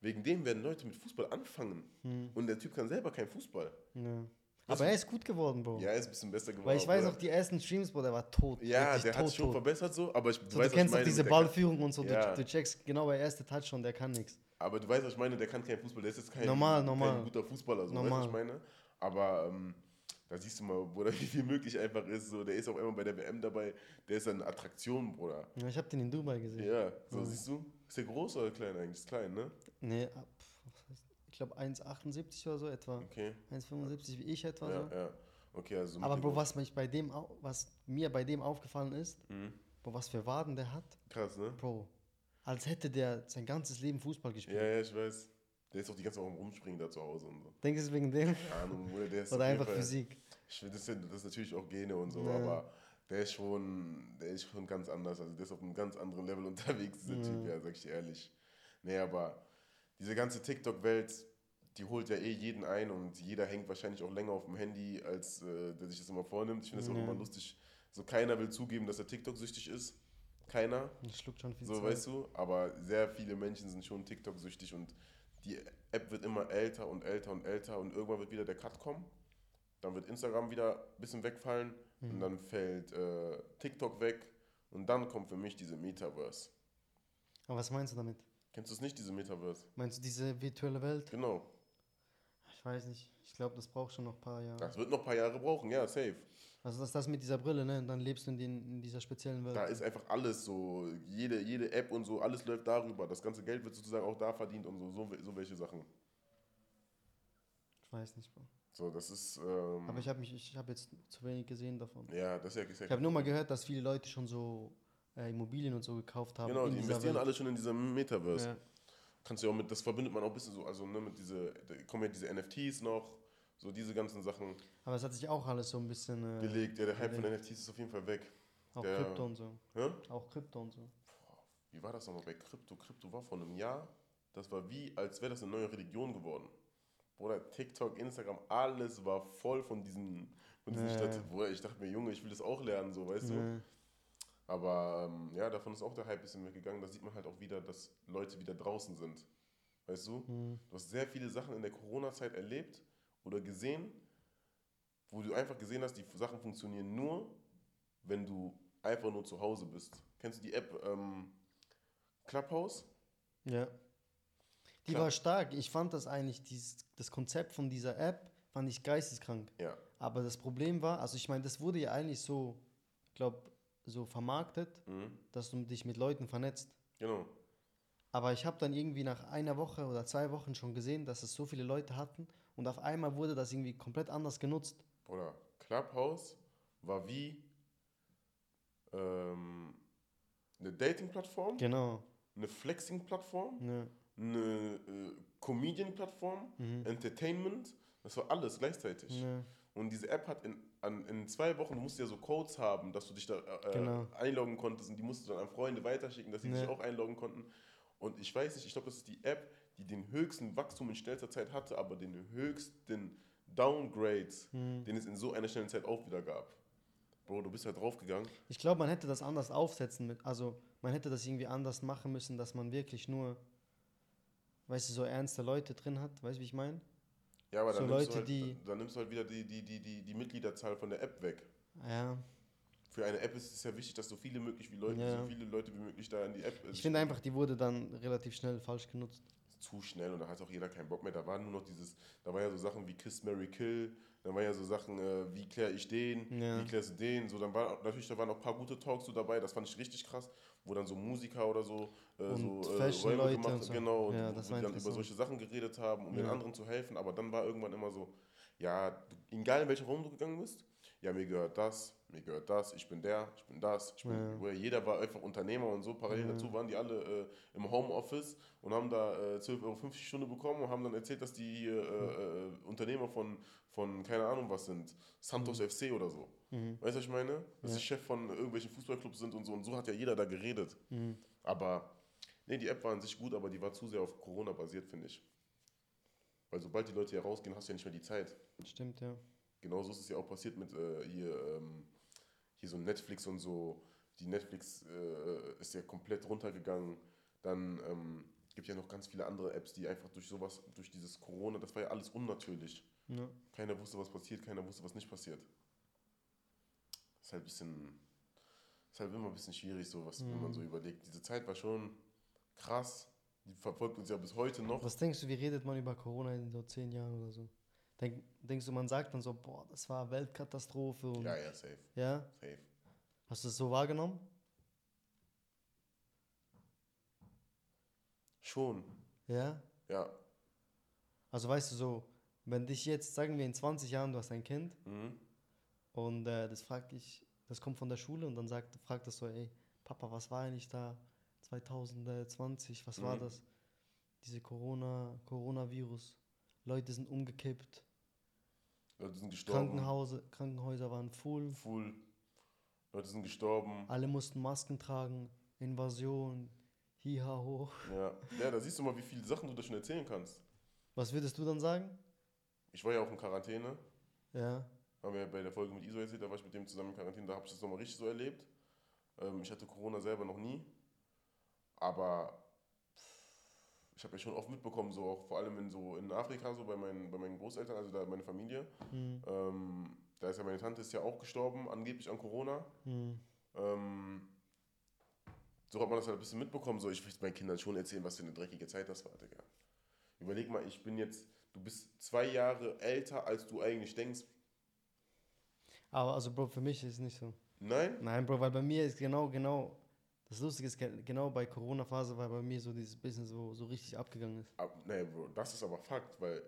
Wegen dem werden Leute mit Fußball anfangen.
Hm,
Und der Typ kann selber kein Fußball.
ja.
Was-
Ne. Aber er ist gut geworden, Bro.
Ja, er ist ein bisschen besser geworden.
Oh. Weil ich weiß
Bruder.
auch, die ersten Streams, Bro, der war tot.
ja,
richtig
der hat
tot,
sich schon
tot.
verbessert so, aber ich
So, du kennst
was
auch
ich meine,
diese
der kann-
Ballführung und so,
Ja.
du, du checkst genau bei erste Touch schon, der kann nichts.
Aber du weißt, was ich meine, der kann kein Fußball, der ist jetzt kein,
Normal,
kein
normal.
guter Fußballer, so, weißt du, was
Normal.
ich meine? Aber ähm, da siehst du mal, Bruder, wie viel möglich einfach ist. So, der ist auch immer bei der WM dabei, der ist eine Attraktion, Bruder.
Ja, ich habe den in Dubai gesehen.
Ja, so
Mhm.
siehst du? Ist der groß oder klein eigentlich? Ist klein, ne?
Nee, ab, was heißt- ich glaube 1,78 oder so etwa.
Okay.
1,75 wie ich etwa
Ja,
so.
ja. Okay, also.
Aber Bro,
mittelgroß.
was, mich bei dem, au- was mir bei dem aufgefallen ist,
Mhm.
Bro, was für Waden der hat,
Krass, ne?
Bro. Als hätte der sein ganzes Leben Fußball gespielt.
Ja, ja, ich weiß. Der ist doch die ganze Zeit auch am Rumspringen da zu Hause und so.
Denkst du es wegen dem?
Keine Ahnung, Bruder, der ist.
Oder
auf jeden
einfach
Fall-
Physik?
Ich will, das, sind, das ist natürlich auch Gene und so,
Ja.
aber der ist schon, der ist schon ganz anders. Also der ist auf einem ganz anderen Level unterwegs,
Mhm.
dieser Typ, ja, sag ich dir ehrlich. Nee, aber diese ganze TikTok-Welt, die holt ja eh jeden ein und jeder hängt wahrscheinlich auch länger auf dem Handy, als äh, der sich das immer vornimmt. Ich finde das auch
Ja.
immer lustig. So keiner will zugeben, dass er TikTok-süchtig ist. Keiner.
Das schluckt schon viel
So,
Zeit.
weißt du? Aber sehr viele Menschen sind schon TikTok-süchtig und die App wird immer älter und älter und älter und irgendwann wird wieder der Cut kommen. Dann wird Instagram wieder ein bisschen wegfallen
Mhm.
und dann fällt äh, TikTok weg und dann kommt für mich diese Metaverse.
Aber was meinst du damit?
Kennst du es nicht, diese Metaverse?
Meinst du diese virtuelle Welt?
Genau.
Ich Ich weiß nicht. Ich glaube, das braucht schon noch ein paar Jahre.
Das wird noch ein paar Jahre brauchen, ja, safe.
Also das ist das mit dieser Brille, ne? Und dann lebst du in, den, in dieser speziellen Welt.
Da ist einfach alles so, jede, jede App und so, alles läuft darüber. Das ganze Geld wird sozusagen auch da verdient und so, so, so welche Sachen.
ich weiß nicht, Bro.
So, das ist, ähm,
Aber ich habe mich, ich habe jetzt zu wenig gesehen davon.
ja, das ist ja, ist ja
Ich habe nur mal gehört, dass viele Leute schon so äh, Immobilien und so gekauft haben.
Genau,
in
die
dieser
investieren
Welt.
alle schon in diesem Metaverse.
Ja.
Kannst du ja auch mit, das verbindet man auch ein bisschen so, also ne, mit diese, da kommen ja diese NFTs noch, so diese ganzen Sachen
Aber es hat sich auch alles so ein bisschen. Äh,
belegt. Ja, der Hype von
belegt.
NFTs ist auf jeden Fall weg.
Auch
der-
Krypto und so.
Hä?
Auch Krypto und so.
Wie war das nochmal bei Krypto? Krypto war vor einem Jahr, das war wie, als wäre das eine neue Religion geworden. Bruder, TikTok, Instagram, alles war voll von diesen, von diesen
Ja.
Stadt. Bruder, ich dachte mir, Junge, ich will das auch lernen, so, weißt du?
Ja.
Aber ähm, ja, davon ist auch der Hype ein bisschen weggegangen. Da sieht man halt auch wieder, dass Leute wieder draußen sind. Weißt du?
Mhm.
Du hast sehr viele Sachen in der Corona-Zeit erlebt oder gesehen, wo du einfach gesehen hast, die Sachen funktionieren nur, wenn du einfach nur zu Hause bist. Kennst du die App ähm, Clubhouse?
ja. Die
Klar.
war stark. Ich fand das eigentlich, dieses, das Konzept von dieser App fand ich geisteskrank.
Ja.
Aber das Problem war, also ich meine, das wurde ja eigentlich so, ich glaube, so vermarktet,
Mhm.
dass du dich mit Leuten vernetzt.
Genau.
Aber ich habe dann irgendwie nach einer Woche oder zwei Wochen schon gesehen, dass es so viele Leute hatten und auf einmal wurde das irgendwie komplett anders genutzt.
Bruder, Clubhouse war wie ähm, eine Dating-Plattform,
Genau.
eine Flexing-Plattform,
Ja.
eine äh, Comedian-Plattform,
Mhm.
Entertainment, das war alles gleichzeitig.
Ja.
Und diese App hat in, an, in zwei Wochen, du musst ja so Codes haben, dass du dich da äh,
Genau.
einloggen konntest und die musst du dann an Freunde weiterschicken, dass die
Ja.
sich auch einloggen konnten. Und ich weiß nicht, ich glaube, das ist die App, die den höchsten Wachstum in schnellster Zeit hatte, aber den höchsten Downgrade,
Mhm.
den es in so einer schnellen Zeit auch wieder gab. Bro, du bist ja draufgegangen.
Ich glaube, man hätte das anders aufsetzen mit, also man hätte das irgendwie anders machen müssen, dass man wirklich nur, weißt du, so ernste Leute drin hat, weißt du, wie ich meine?
Ja, aber dann,
So
nimmst, du
Leute,
halt,
die-
dann nimmst du halt wieder die, die, die, die, die Mitgliederzahl von der App weg.
Ja.
Für eine App ist es ja wichtig, dass so viele möglich wie Leute,
Ja.
so viele Leute wie möglich da in die App. äh,
Ich finde einfach, die wurde dann relativ schnell falsch genutzt.
zu schnell und da hat auch jeder keinen Bock mehr. Da waren nur noch dieses, da waren ja so Sachen wie Kiss, Mary Kill, da waren ja so Sachen, äh, wie klär ich den,
Ja.
wie klärst du den, so dann war natürlich, da waren auch ein paar gute Talks so dabei, das fand ich richtig krass, wo dann so Musiker oder so, äh,
Und
so äh,
Fashion-Leute
Räume gemacht
und
haben,
so.
genau, und
Ja,
wo,
das
wo
war
die dann über
interessant.
solche Sachen geredet haben, um den
Ja.
anderen zu helfen, aber dann war irgendwann immer so, ja, du- egal in welchen Raum du gegangen bist, ja, mir gehört das, mir gehört das, ich bin der, ich bin das, ich bin,
Ja.
Bruder, jeder war einfach Unternehmer und so, parallel
Ja.
dazu waren die alle äh, im Homeoffice und haben da äh, 12,50 Euro Stunde bekommen und haben dann erzählt, dass die hier, äh, äh, Unternehmer von, von, keine Ahnung was sind, Santos FC oder so.
Mhm.
Weißt du, was ich meine? Dass
Ja.
sie Chef von irgendwelchen Fußballclubs sind und so. Und so hat ja jeder da geredet.
Mhm.
Aber, nee, die App war an sich gut, aber die war zu sehr auf Corona basiert, finde ich. Weil sobald die Leute hier rausgehen, hast du ja nicht mehr die Zeit.
Stimmt, ja.
Genauso Genau ist es ja auch passiert mit äh, hier, ähm, hier so Netflix und so. Die Netflix äh, ist ja komplett runtergegangen. Dann ähm, gibt ja noch ganz viele andere Apps, die einfach durch sowas, durch dieses Corona, das war ja alles unnatürlich.
ja.
Keiner wusste, was passiert, keiner wusste, was nicht passiert. Ist halt ein bisschen, ist halt immer ein bisschen schwierig, so was, wenn man so überlegt. Diese Zeit war schon krass. Die verfolgt uns ja bis heute noch.
Was denkst du, wie redet man über Corona in so zehn Jahren oder so? Denk, denkst du, man sagt dann so, boah, das war Weltkatastrophe und
Ja, ja, safe,
ja?
safe.
Hast du das so wahrgenommen?
Schon,
Ja?
ja.
Also weißt du so, wenn dich jetzt, sagen wir in 20 Jahren, du hast ein Kind
Mhm.
und äh, das fragt dich, das kommt von der Schule und dann sagt, fragt das so, ey, Papa, was war eigentlich da 2020, was war
Mhm.
das? Diese Corona, Coronavirus, Leute sind umgekippt,
Leute sind gestorben.
Krankenhause, Krankenhäuser waren voll,
Full. Leute sind gestorben.
alle mussten Masken tragen, Invasion, hiha ho.
Ja. ja, da siehst du mal, wie viele Sachen du da schon erzählen kannst.
Was würdest du dann sagen?
Ich war ja auch in Quarantäne.
Ja,
Haben wir ja bei der Folge mit Iso erzählt, da war ich mit dem zusammen in Quarantäne, da habe ich das nochmal richtig so erlebt. Ähm, ich hatte Corona selber noch nie. Aber ich habe ja schon oft mitbekommen, so auch vor allem in, so in Afrika, so bei meinen, bei meinen Großeltern, also da meine Familie.
hm,
Ähm, da ist ja meine Tante ist ja auch gestorben, angeblich an Corona.
hm,
Ähm, so hat man das halt ein bisschen mitbekommen. So, ich will meinen Kindern schon erzählen, was für eine dreckige Zeit das war, Digga. Überleg mal, ich bin jetzt Du bist zwei Jahre älter, als du eigentlich denkst.
Aber also, Bro, für mich ist es nicht so.
Nein?
Nein, Bro, weil bei mir ist genau, genau, das Lustige ist, ge- genau bei Corona-Phase, weil bei mir so dieses Business so, so richtig abgegangen ist.
Ab, nein, Ah, Bro, das ist aber Fakt, weil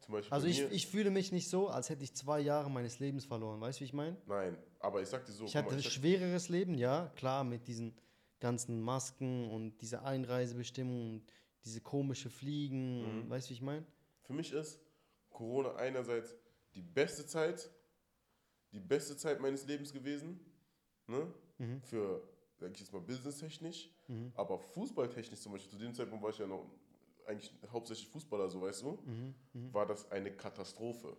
zum Beispiel.
Also
bei
ich,
mir,
ich fühle mich nicht so, als hätte ich zwei Jahre meines Lebens verloren. Weißt du, wie ich meine?
Nein, aber ich sag dir so,
Ich
guck mal,
hatte ein
ich sag-
schwereres Leben, ja, klar, mit diesen ganzen Masken und dieser Einreisebestimmung und diese komische Fliegen.
Mhm.
Und, weißt du, wie ich meine?
für mich ist Corona einerseits die beste Zeit, die beste Zeit meines Lebens gewesen, ne?
Mhm.
Für, sag ich jetzt mal, businesstechnisch,
Mhm.
aber fußballtechnisch zum Beispiel, zu dem Zeitpunkt war ich ja noch eigentlich hauptsächlich Fußballer, so weißt du,
Mhm. Mhm.
war das eine Katastrophe.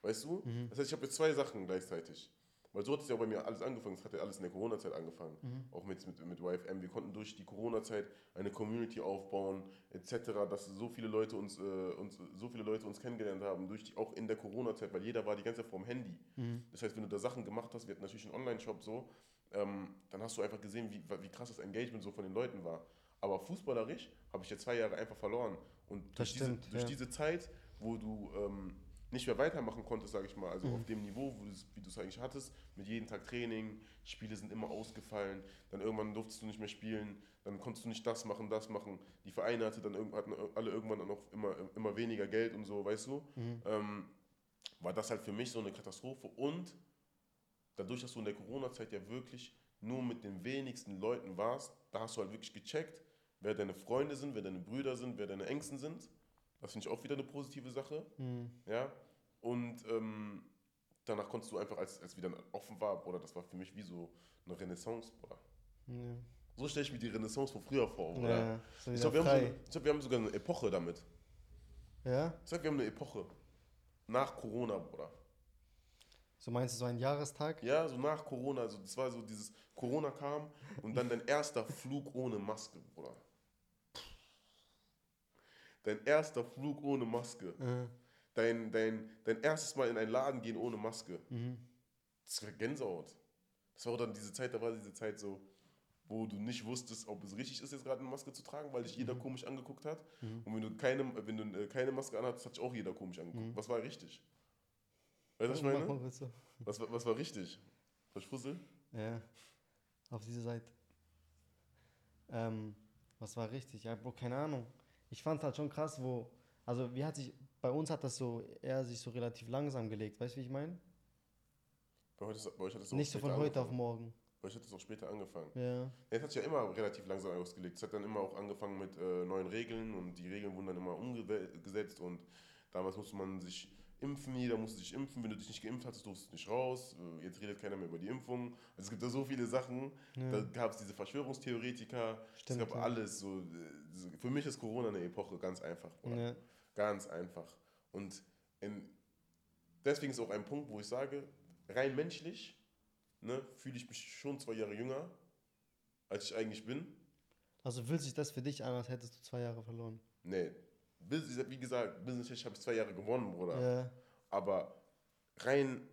Weißt du?
Mhm.
Das heißt, ich habe jetzt zwei Sachen gleichzeitig. Weil so hat es ja auch bei mir alles angefangen. Es hat ja alles in der Corona-Zeit angefangen.
Mhm.
Auch mit, mit, mit YFM. Wir konnten durch die Corona-Zeit eine Community aufbauen, etc., dass so viele Leute uns, äh, uns, so viele Leute uns kennengelernt haben, durch die, auch in der Corona-Zeit, weil jeder war die ganze Zeit vorm Handy.
Mhm.
Das heißt, wenn du da Sachen gemacht hast, wir hatten natürlich einen Online-Shop so, ähm, dann hast du einfach gesehen, wie, wie krass das Engagement so von den Leuten war. Aber fußballerisch habe ich ja zwei Jahre einfach verloren. Und
Das
durch, diese,
stimmt,
durch
ja.
diese Zeit, wo du ähm, nicht mehr weitermachen konntest, sage ich mal, also auf dem Niveau, wo du's- wie du es eigentlich hattest, mit jedem Tag Training, Spiele sind immer ausgefallen, dann irgendwann durftest du nicht mehr spielen, dann konntest du nicht das machen, das machen. Die Vereine hatte dann irgend- hatten alle irgendwann dann auch immer, immer weniger Geld und so, weißt du? Ähm, war das halt für mich so eine Katastrophe und dadurch, dass du in der Corona-Zeit ja wirklich nur mit den wenigsten Leuten warst, da hast du halt wirklich gecheckt, wer deine Freunde sind, wer deine Brüder sind, wer deine Ängsten sind. Das finde ich auch wieder eine positive Sache.
Mhm.
Ja. Und ähm, danach konntest du einfach, als es wieder offen war, Bruder, das war für mich wie so eine Renaissance, Bruder.
Ja.
So stelle ich mir die Renaissance von früher vor, Bruder.
Ja, so
Ich
wieder
glaube, wir, haben so
frei.
eine- ich glaub, wir haben sogar eine Epoche damit.
ja?
Ich glaube, wir haben eine Epoche. Nach Corona, Bruder.
So meinst du so einen Jahrestag?
Ja, so nach Corona, also das war so dieses, Corona kam und dann dein erster Flug ohne Maske, Bruder. Dein erster Flug ohne Maske.
Äh,
Dein, dein, dein erstes Mal in einen Laden gehen ohne Maske.
mhm.
Das war Gänsehaut. Das war auch dann diese Zeit, da war diese Zeit so, wo du nicht wusstest, ob es richtig ist, jetzt gerade eine Maske zu tragen, weil dich jeder
Mhm.
komisch angeguckt hat. Und wenn du keine, wenn du äh, keine Maske anhattest, hat dich auch jeder komisch angeguckt.
Mhm.
Was war richtig? Weißt du, was ich
Mach mal
meine?
kurz so.
Was, war- was war richtig? Verschfussel?
Ja. Auf diese Seite. Ähm, was war richtig? Ja, Bro, keine Ahnung. Ich fand es halt schon krass, wo. Also, wie hat sich. Bei uns hat das so. Er sich so relativ langsam gelegt. Weißt du, wie ich meine?
Bei, heute, ist- bei euch hat es auch
Nicht so von
später
heute auf
angefangen.
morgen.
Bei euch hat es auch später angefangen.
Ja.
Es hat sich ja immer relativ langsam ausgelegt. Es hat dann immer auch angefangen mit äh, neuen Regeln und die Regeln wurden dann immer umgesetzt und damals musste man sich impfen, jeder musste sich impfen. Wenn du dich nicht geimpft hattest, durfst du nicht raus. Äh, Jetzt redet keiner mehr über die Impfung. Also es gibt da so viele Sachen. Da gab es diese Verschwörungstheoretiker.
Hm. Stimmt,
es gab
ja.
alles. So, äh, so- für mich ist Corona eine Epoche, ganz einfach. Bruder.
ja.
Ganz einfach. Und in, deswegen ist auch ein Punkt, wo ich sage, rein menschlich ne, fühle ich mich schon zwei Jahre jünger, als ich eigentlich bin.
Also, fühlt sich das für dich an, als hättest du zwei Jahre verloren?
Nee, bis- wie gesagt, businesstechnisch habe ich zwei Jahre gewonnen, Bruder.
Ja.
Aber rein,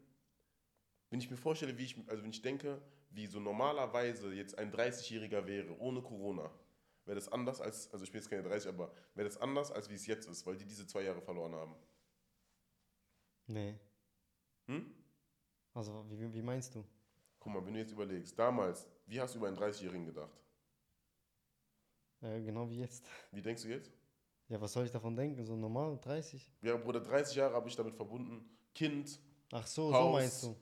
wenn ich mir vorstelle, wie ich, also wenn ich denke, wie so normalerweise jetzt ein 30-Jähriger wäre, ohne Corona, wäre das anders als, also ich bin jetzt keine 30, aber wäre das anders, als wie es jetzt ist, weil die diese zwei Jahre verloren haben.
Nee.
Hm?
Also, wie, wie meinst du?
Guck mal, wenn du jetzt überlegst, damals, wie hast du über einen 30-Jährigen gedacht?
Äh, genau wie jetzt.
Wie denkst du jetzt?
Ja, was soll ich davon denken? So normal, 30.
Ja, Bruder, 30 Jahre habe ich damit verbunden. Kind,
Ach so, so
Haus,
meinst du.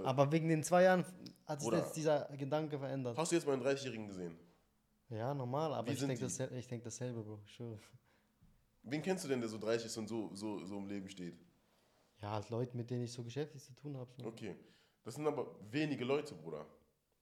äh,
Aber wegen den zwei Jahren hat sich
Bruder.
jetzt dieser Gedanke verändert.
hast du jetzt mal einen 30-Jährigen gesehen?
Ja, normal, aber
Wie
ich
sind
denke
die?
das, ich denk dasselbe, Bro. Ich schwöre.
Wen kennst du denn, der so 30 ist und so, so, so im Leben steht?
Ja, halt Leute, mit denen ich so geschäftlich zu tun habe. So.
Okay. Das sind aber wenige Leute, Bruder.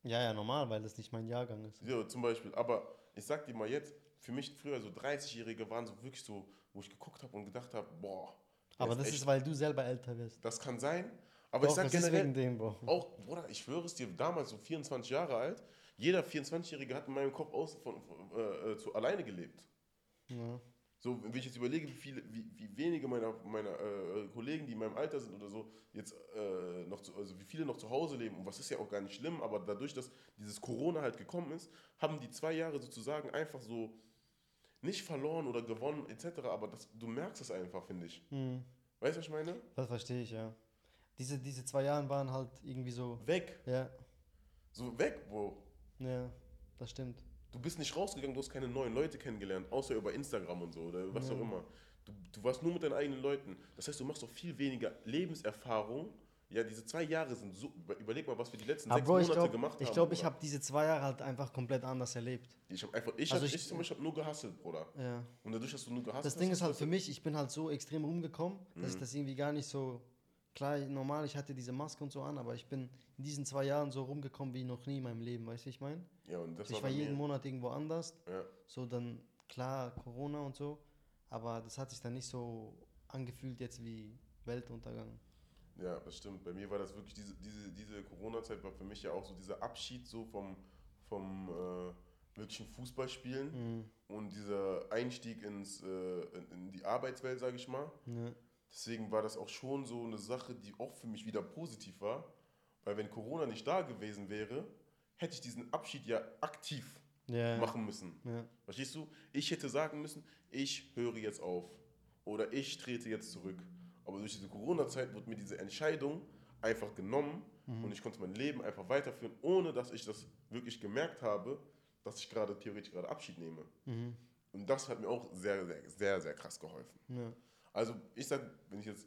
Ja, ja, normal, weil das nicht mein Jahrgang ist.
Ja, zum Beispiel. Aber ich sag dir mal jetzt, für mich früher so 30-Jährige waren so wirklich so, wo ich geguckt habe und gedacht habe, boah. der
Aber das
echt-
ist, weil du selber älter wirst.
Das kann sein. Aber ich
Doch,
sag
das ist
generell,
wegen dem, Bro.
Auch, Bruder, ich schwöre es dir, damals so 24 Jahre alt, jeder 24-Jährige hat in meinem Kopf aus, von, von, äh, äh, zu alleine gelebt.
Ja.
So, wenn ich jetzt überlege, wie, viele, wie, wie wenige meiner, meiner äh, Kollegen, die in meinem Alter sind oder so, jetzt äh, noch zu, also wie viele noch zu Hause leben, und was ist ja auch gar nicht schlimm, aber dadurch, dass dieses Corona halt gekommen ist, haben die zwei Jahre sozusagen einfach so nicht verloren oder gewonnen etc., aber das, du merkst es einfach, finde ich.
Hm.
Weißt du, was ich meine?
Das verstehe ich, ja. Diese, diese zwei Jahre waren halt irgendwie so.
Weg.
Ja,
So weg, Bro.
ja, das stimmt.
Du bist nicht rausgegangen, du hast keine neuen Leute kennengelernt, außer über Instagram und so oder was
Ja.
auch immer. Du, du warst nur mit deinen eigenen Leuten. Das heißt, du machst auch viel weniger Lebenserfahrung. Ja, diese zwei Jahre sind so. über- Überleg mal, was wir die letzten
Aber
sechs
Bro, ich
Monate
glaube,
gemacht haben.
ich, glaub, ich
Bruder.
habe diese zwei Jahre halt einfach komplett anders erlebt.
Ich habe einfach. Ich,
Also
hab,
ich-
ich, zum Beispiel hab nur gehasselt, Bruder.
Ja.
Und dadurch, dass du Mhm. nur gehasselt
Das
hast.
Ding ist
hast
halt für mich, ich bin halt so extrem rumgekommen, dass ich das irgendwie gar nicht so. Klar, normal, ich hatte diese Maske und so an, aber ich bin in diesen zwei Jahren so rumgekommen wie noch nie in meinem Leben, weißt du, wie ich meine?
du- halt- Ja, und das
Ich
bei
war jeden
mir.
Monat irgendwo anders,
Ja.
so dann, klar, Corona und so, aber das hat sich dann nicht so angefühlt jetzt wie Weltuntergang.
Ja, das stimmt. Bei mir war das wirklich, diese, diese, diese Corona-Zeit war für mich ja auch so dieser Abschied so vom, vom äh, wirklichen Fußballspielen
Mhm.
und dieser Einstieg ins, äh, in, in die Arbeitswelt, sage ich mal.
Ja.
Deswegen war das auch schon so eine Sache, die auch für mich wieder positiv war. Weil wenn Corona nicht da gewesen wäre, hätte ich diesen Abschied ja aktiv
Ja.
machen müssen.
Ja.
Verstehst du? Ich hätte sagen müssen, ich höre jetzt auf. Oder ich trete jetzt zurück. Aber durch diese Corona-Zeit wurde mir diese Entscheidung einfach genommen und ich konnte mein Leben einfach weiterführen, ohne dass ich das wirklich gemerkt habe, dass ich gerade theoretisch gerade Abschied nehme.
Mhm.
Und das hat mir auch sehr, sehr, sehr, sehr krass geholfen.
ja.
Also ich sag, wenn ich jetzt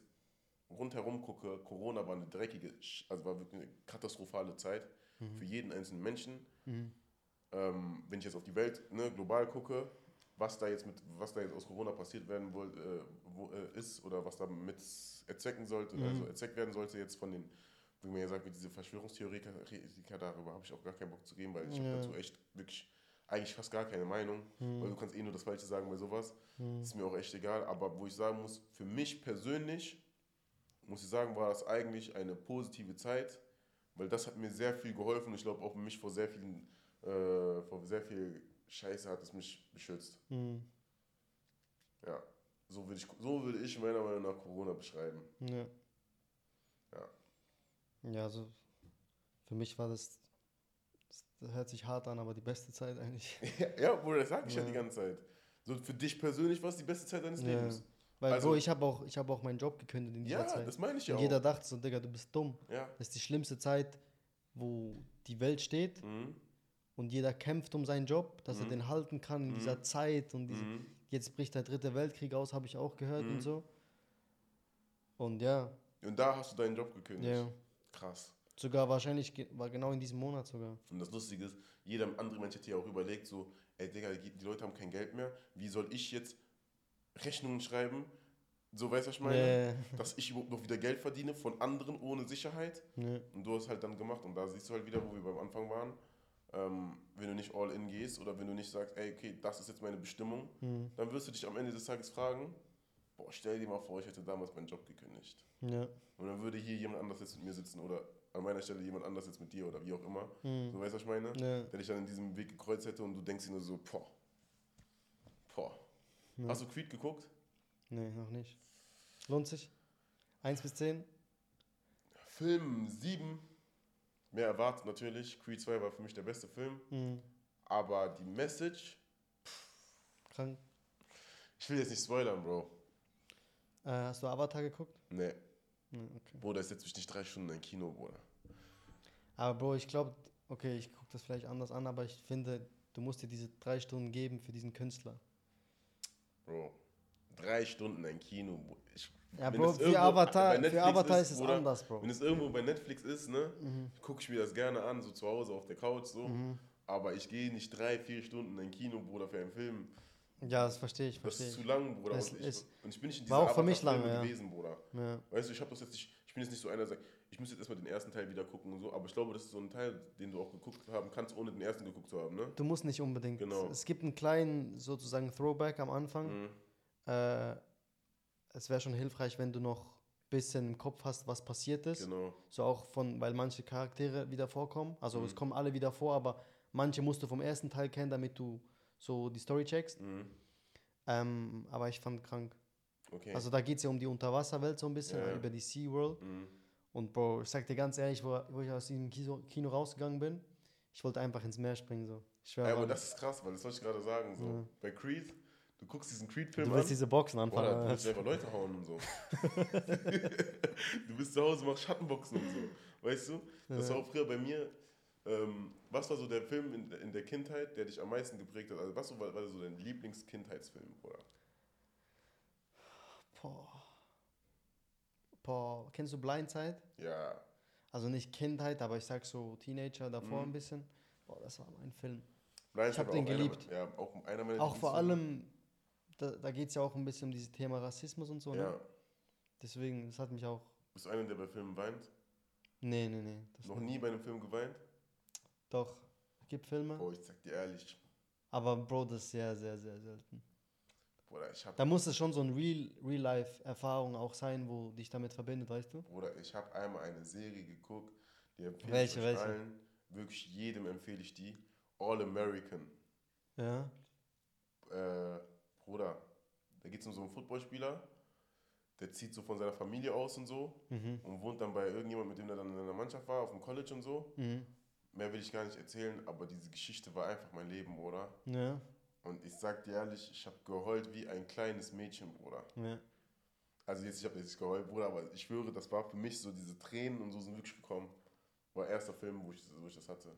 rundherum gucke, Corona war eine dreckige, Sch- also war wirklich eine katastrophale Zeit für jeden einzelnen Menschen.
Mhm.
Ähm, wenn ich jetzt auf die Welt ne, global gucke, was da jetzt mit, was da jetzt aus Corona passiert werden wohl, äh, wo, äh, ist oder was damit erzwecken sollte, also erzweckt werden sollte jetzt von den, wie man ja sagt, mit diese Verschwörungstheoretiker, Theoretiker, darüber habe ich auch gar keinen Bock zu reden, weil ich
Ja.
habe dazu echt wirklich eigentlich fast gar keine Meinung, weil du kannst eh nur das Falsche sagen bei sowas.
Mhm.
Ist mir auch echt egal, aber wo ich sagen muss, für mich persönlich, muss ich sagen, war das eigentlich eine positive Zeit, weil das hat mir sehr viel geholfen. Ich glaube auch mich vor sehr vielen, äh, vor sehr viel Scheiße hat es mich beschützt.
Mhm.
Ja, so würde ich, so würde ich meiner Meinung nach Corona beschreiben.
Ja.
Ja.
Ja, also für mich war das, das hört sich hart an, aber die beste Zeit eigentlich.
ja, Bruder, das sag ich ja.
Ja.
die ganze Zeit. So für dich persönlich war es die beste Zeit deines
Ja.
Lebens.
Weil
Also-
Bro, ich habe auch, ich hab auch meinen Job gekündigt in dieser
Ja,
Zeit.
das meine ich ja
Und
auch.
jeder dachte so, Digga, du bist dumm.
ja.
Das ist die schlimmste Zeit, wo die Welt steht
Mhm.
und jeder kämpft um seinen Job, dass er
Mhm.
den halten kann in dieser Zeit. Und diese,
Mhm.
jetzt bricht der dritte Weltkrieg aus, habe ich auch gehört
Mhm.
und so. Und ja,
Und da hast du deinen Job gekündigt.
ja.
Krass.
Sogar wahrscheinlich, ge- war genau in diesem Monat sogar.
Und das Lustige ist, jeder andere Mensch hätte ja auch überlegt, so, ey Digga, die die Leute haben kein Geld mehr, wie soll ich jetzt Rechnungen schreiben? So, weißt du, was ich meine?
Ja, ja,
Dass ich überhaupt noch wieder Geld verdiene von anderen ohne Sicherheit.
ja. Ja.
Und du hast halt dann gemacht. Und da siehst du halt wieder, wo wir beim Anfang waren. Ähm, wenn du nicht all in gehst oder wenn du nicht sagst, ey, okay, das ist jetzt meine Bestimmung,
Mhm.
dann wirst du dich am Ende des Tages fragen, boah, stell dir mal vor, ich hätte damals meinen Job gekündigt.
Ja.
Und dann würde hier jemand anders jetzt mit mir sitzen oder an meiner Stelle jemand anders jetzt mit dir oder wie auch immer.
Mhm.
So, weißt du, was ich meine?
Ja.
der dich dann in diesem Weg gekreuzt hätte und du denkst dir nur so, boah, boah.
Ja.
Hast du Creed geguckt?
Nee, ne, noch nicht. Lohnt sich? 1 bis 10?
Film 7, mehr erwartet natürlich. Creed 2 war für mich der beste Film,
Mhm.
aber die Message,
Krank.
ich will jetzt nicht spoilern, Bro.
Äh, hast du Avatar geguckt?
Nee,
Nee, okay.
Bruder, ich setze mich nicht drei Stunden im Kino, Bruder.
Aber Bro, ich glaube, okay, ich gucke das vielleicht anders an, aber ich finde, du musst dir diese drei Stunden geben für diesen Künstler.
Bro, drei Stunden ein Kino, Bruder. Ich,
Ja,
wenn
Bro,
es
für
irgendwo bei
Avatar, für
Netflix
Avatar ist es
Bruder,
anders, Bro. Mhm.
Wenn es irgendwo bei Netflix ist, ne, gucke ich mir das gerne an, so zu Hause auf der Couch, so. Aber ich gehe nicht drei, vier Stunden in ein Kino, Bruder, für einen Film.
Ja, das verstehe ich,
Das
verstehe
ist zu
ich.
lang, Bruder.
Es
und, ich,
ist-
und ich bin nicht in
war
dieser
auch für mich
Avatar-Filme
lange, ja.
gewesen, Bruder.
Ja.
Weißt du, ich habe das jetzt nicht, ich bin jetzt nicht so einer, der sagt, ich muss jetzt erstmal den ersten Teil wieder gucken und so, aber ich glaube, das ist so ein Teil, den du auch geguckt haben kannst, ohne den ersten geguckt zu haben, ne?
Du musst nicht unbedingt.
Genau.
Es gibt einen kleinen sozusagen Throwback am Anfang.
Mhm.
Äh, es wäre schon hilfreich, wenn du noch ein bisschen im Kopf hast, was passiert ist.
Genau.
So auch von, weil manche Charaktere wieder vorkommen. Also
Mhm.
es kommen alle wieder vor, aber manche musst du vom ersten Teil kennen, damit du so die Story checkst.
Mhm.
Ähm, aber ich fand krank.
Okay.
Also da geht es ja um die Unterwasserwelt so ein bisschen,
Ja, ja.
über die Sea World.
mhm.
Und Bro, ich sag dir ganz ehrlich, wo, wo ich aus diesem Kino, Kino rausgegangen bin, ich wollte einfach ins Meer springen. So. Ich schwör
Ja, aber
Mann.
das ist krass, weil das wollte ich gerade sagen. So.
Ja.
Bei Creed, Du guckst diesen Creed-Film
Du
an.
willst diese Boxen anfangen.
Boah, du
oder?
willst selber Leute hauen und so. du bist zu Hause, machst Schattenboxen und so. Weißt du? Das war auch früher bei mir. Ähm, was war so der Film in, in der Kindheit, der dich am meisten geprägt hat? Also, was so war, war so dein Lieblingskindheitsfilm, Bruder?
Boah. Boah. Kennst du Blindside?
Ja.
Also nicht Kindheit, aber ich sag so Teenager davor
Mhm.
ein bisschen. Boah, das war mein Film.
Nein,
hab den geliebt.
Einer, ja, auch einer meiner
Auch vor
Lieblingsfilme.
allem, da, da geht es ja auch ein bisschen um dieses Thema Rassismus und so, ne?
Ja.
Deswegen, das hat mich auch.
Bist du einer, der bei Filmen weint?
Nee, nee, nee. Das
Noch
nicht.
nie bei einem Film geweint?
Doch, gibt Filme.
Boah, ich sag dir ehrlich.
Aber Bro, das ist sehr, sehr, sehr selten.
Bruder, ich hab,
Da muss es schon so ein Real- Real-Life-Erfahrung auch sein, wo dich damit verbindet, weißt du?
Bruder, ich hab einmal eine Serie geguckt. Die empfehle
Welche,
ich euch
welche?
allen. Wirklich jedem empfehle ich die. All American.
Ja.
äh, Bruder, da geht es um so einen Footballspieler, der zieht so von seiner Familie aus und so
Mhm.
und wohnt dann bei irgendjemandem, mit dem er dann in einer Mannschaft war, auf dem College und so.
Mhm.
Mehr will ich gar nicht erzählen, aber diese Geschichte war einfach mein Leben, Bruder.
Ja.
Und ich sag dir ehrlich, ich habe geheult wie ein kleines Mädchen, Bruder.
Ja.
Also jetzt, ich habe jetzt nicht geheult, Bruder, aber ich schwöre, das war für mich so, diese Tränen und so sind wirklich gekommen. War erster Film, wo ich, wo ich das hatte.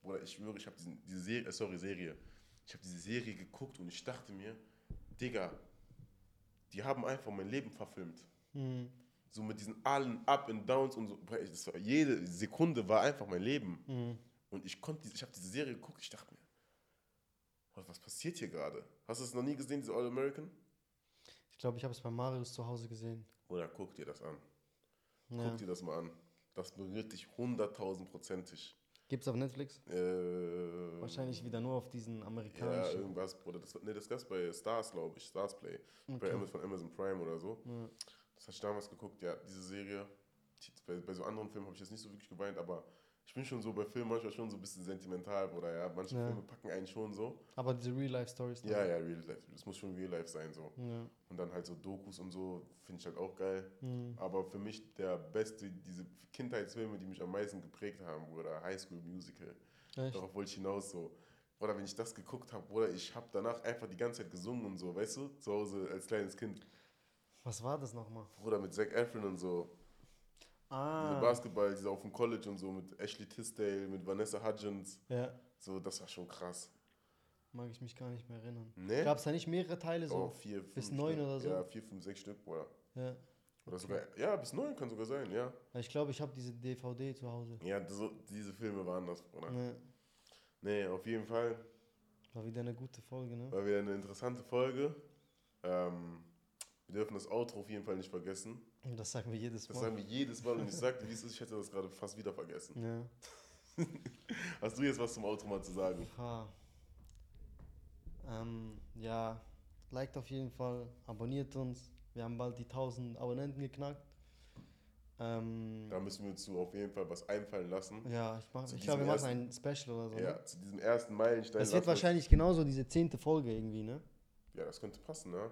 Bruder, ich schwöre, ich habe diesen- diese Serie, äh, sorry, Serie. Ich habe diese Serie geguckt und ich dachte mir, Digga, die haben einfach mein Leben verfilmt.
Mhm.
So mit diesen allen Up and Downs und so. Bruder, ich- Das war, jede Sekunde war einfach mein Leben.
Mhm.
Und ich konnte, diese- ich habe diese Serie geguckt, ich dachte mir, was was passiert hier gerade? Hast du es noch nie gesehen, diese All American?
Ich glaube, ich habe es bei Marius zu Hause gesehen.
Oder guck dir das an.
Ja.
Guck dir das mal an. Das berührt dich hunderttausendprozentig.
Gibt es auf Netflix?
Äh, Wahrscheinlich
Wahrscheinlich wieder nur auf diesen
Ja,
amerikanischen.
irgendwas, Bruder. Das, nee, das gab's bei Stars, glaube ich. Stars Play. Bei Amazon, von Amazon Prime oder so.
Ja.
Das hatte ich damals geguckt, ja, diese Serie. Die- Bei, bei so anderen Filmen habe ich jetzt nicht so wirklich geweint, aber ich bin schon so bei Filmen manchmal schon so ein bisschen sentimental, Bruder, ja. Manche
Ja.
Filme packen einen schon so.
Aber diese Real-Life-Stories.
äh, Ja, ja, Real Life. Das muss schon Real Life sein, so.
ja.
Und dann halt so Dokus und so, finde ich halt auch geil.
Mhm.
Aber für mich der beste, diese Kindheitsfilme, die mich am meisten geprägt haben, Bruder, High School Musical.
Echt?
Darauf wollte ich hinaus so. Bruder, wenn ich das geguckt habe, Bruder, ich habe danach einfach die ganze Zeit gesungen und so, weißt du? Zu Hause als kleines Kind.
Was war das nochmal?
Bruder, mit Zac Efron und so. Diese
Ah.
Basketball, diese auf dem College und so, mit Ashley Tisdale, mit Vanessa Hudgens.
Ja,
So, das war schon krass.
mag ich mich gar nicht mehr erinnern.
Ne?
Gab es da nicht mehrere Teile so?
oh, vier, fünf
bis neun
Stück.
oder so?
Ja, vier, fünf, sechs Stück, Bruder.
Ja.
Oder sogar, ja, bis neun kann sogar sein, ja.
Ich glaube, ich habe diese DVD zu Hause.
Ja, so, diese Filme waren das, Bruder.
Ja.
Nee, auf jeden Fall.
War wieder eine gute Folge, ne?
War wieder eine interessante Folge. Ähm, wir dürfen das Outro auf jeden Fall nicht vergessen.
Und das sagen wir jedes
Das
Mal.
sagen wir jedes Mal und ich sagte, wie es ist, ich hätte das gerade fast wieder vergessen.
Ja.
Hast du jetzt was zum Outro mal zu sagen?
Ha. Ähm, ja, liked auf jeden Fall, abonniert uns. Wir haben bald die 1000 Abonnenten geknackt. Ähm,
Da müssen wir uns so auf jeden Fall was einfallen lassen.
ja, ich, mach-
Zu
ich glaube, wir
diesem
machen ein Special oder so. Ne?
Ja, zu diesem ersten Meilenstein.
Das
lassen
wird
wir-
wahrscheinlich genauso diese zehnte Folge irgendwie, ne?
Ja, das könnte passen, ne?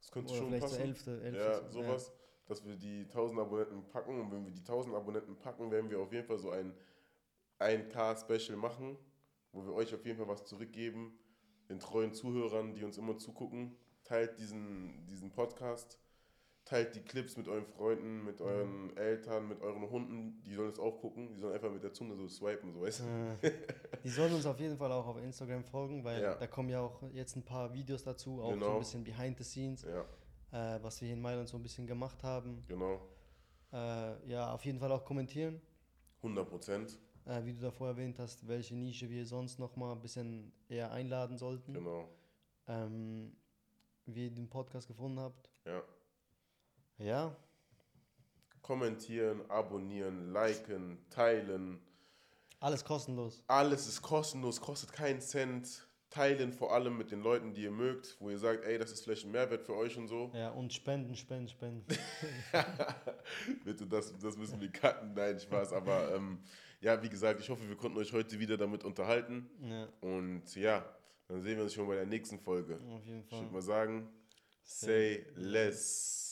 Das könnte
Oder
schon
vielleicht
passen.
so elfte, elfte.
ja, sowas, dass wir die 1000 Abonnenten packen. Und wenn wir die 1000 Abonnenten packen, werden wir auf jeden Fall so ein 1K-Special machen, wo wir euch auf jeden Fall was zurückgeben. Den treuen Zuhörern, die uns immer zugucken. Teilt diesen, diesen Podcast. Teilt die Clips mit euren Freunden, mit euren Eltern, mit euren Hunden. Die sollen es auch gucken. Die sollen einfach mit der Zunge so swipen, so weißt du.
Ja. Äh, Die sollen uns auf jeden Fall auch auf Instagram folgen, weil
Ja.
da kommen ja auch jetzt ein paar Videos dazu, auch so
Genau.
ein bisschen behind the scenes,
Ja,
äh, was wir hier in Mailand so ein bisschen gemacht haben.
genau.
Äh, ja, auf jeden Fall auch kommentieren,
100 Prozent.
äh, wie du davor erwähnt hast, welche Nische wir sonst nochmal ein bisschen eher einladen sollten.
Genau.
Ähm, wie ihr den Podcast gefunden habt.
Ja.
Ja,
kommentieren, abonnieren, liken, teilen.
alles kostenlos.
Alles ist kostenlos, kostet keinen Cent. Teilen vor allem mit den Leuten, die ihr mögt, wo ihr sagt, ey, das ist vielleicht ein Mehrwert für euch und so.
Ja, und spenden, spenden, spenden.
Bitte, das, das müssen wir cutten. Nein, Spaß. Aber ähm, ja, wie gesagt, ich hoffe, wir konnten euch heute wieder damit unterhalten.
ja,
Und ja, dann sehen wir uns schon bei der nächsten Folge.
auf jeden
Ich
Fall.
würde mal sagen, say less.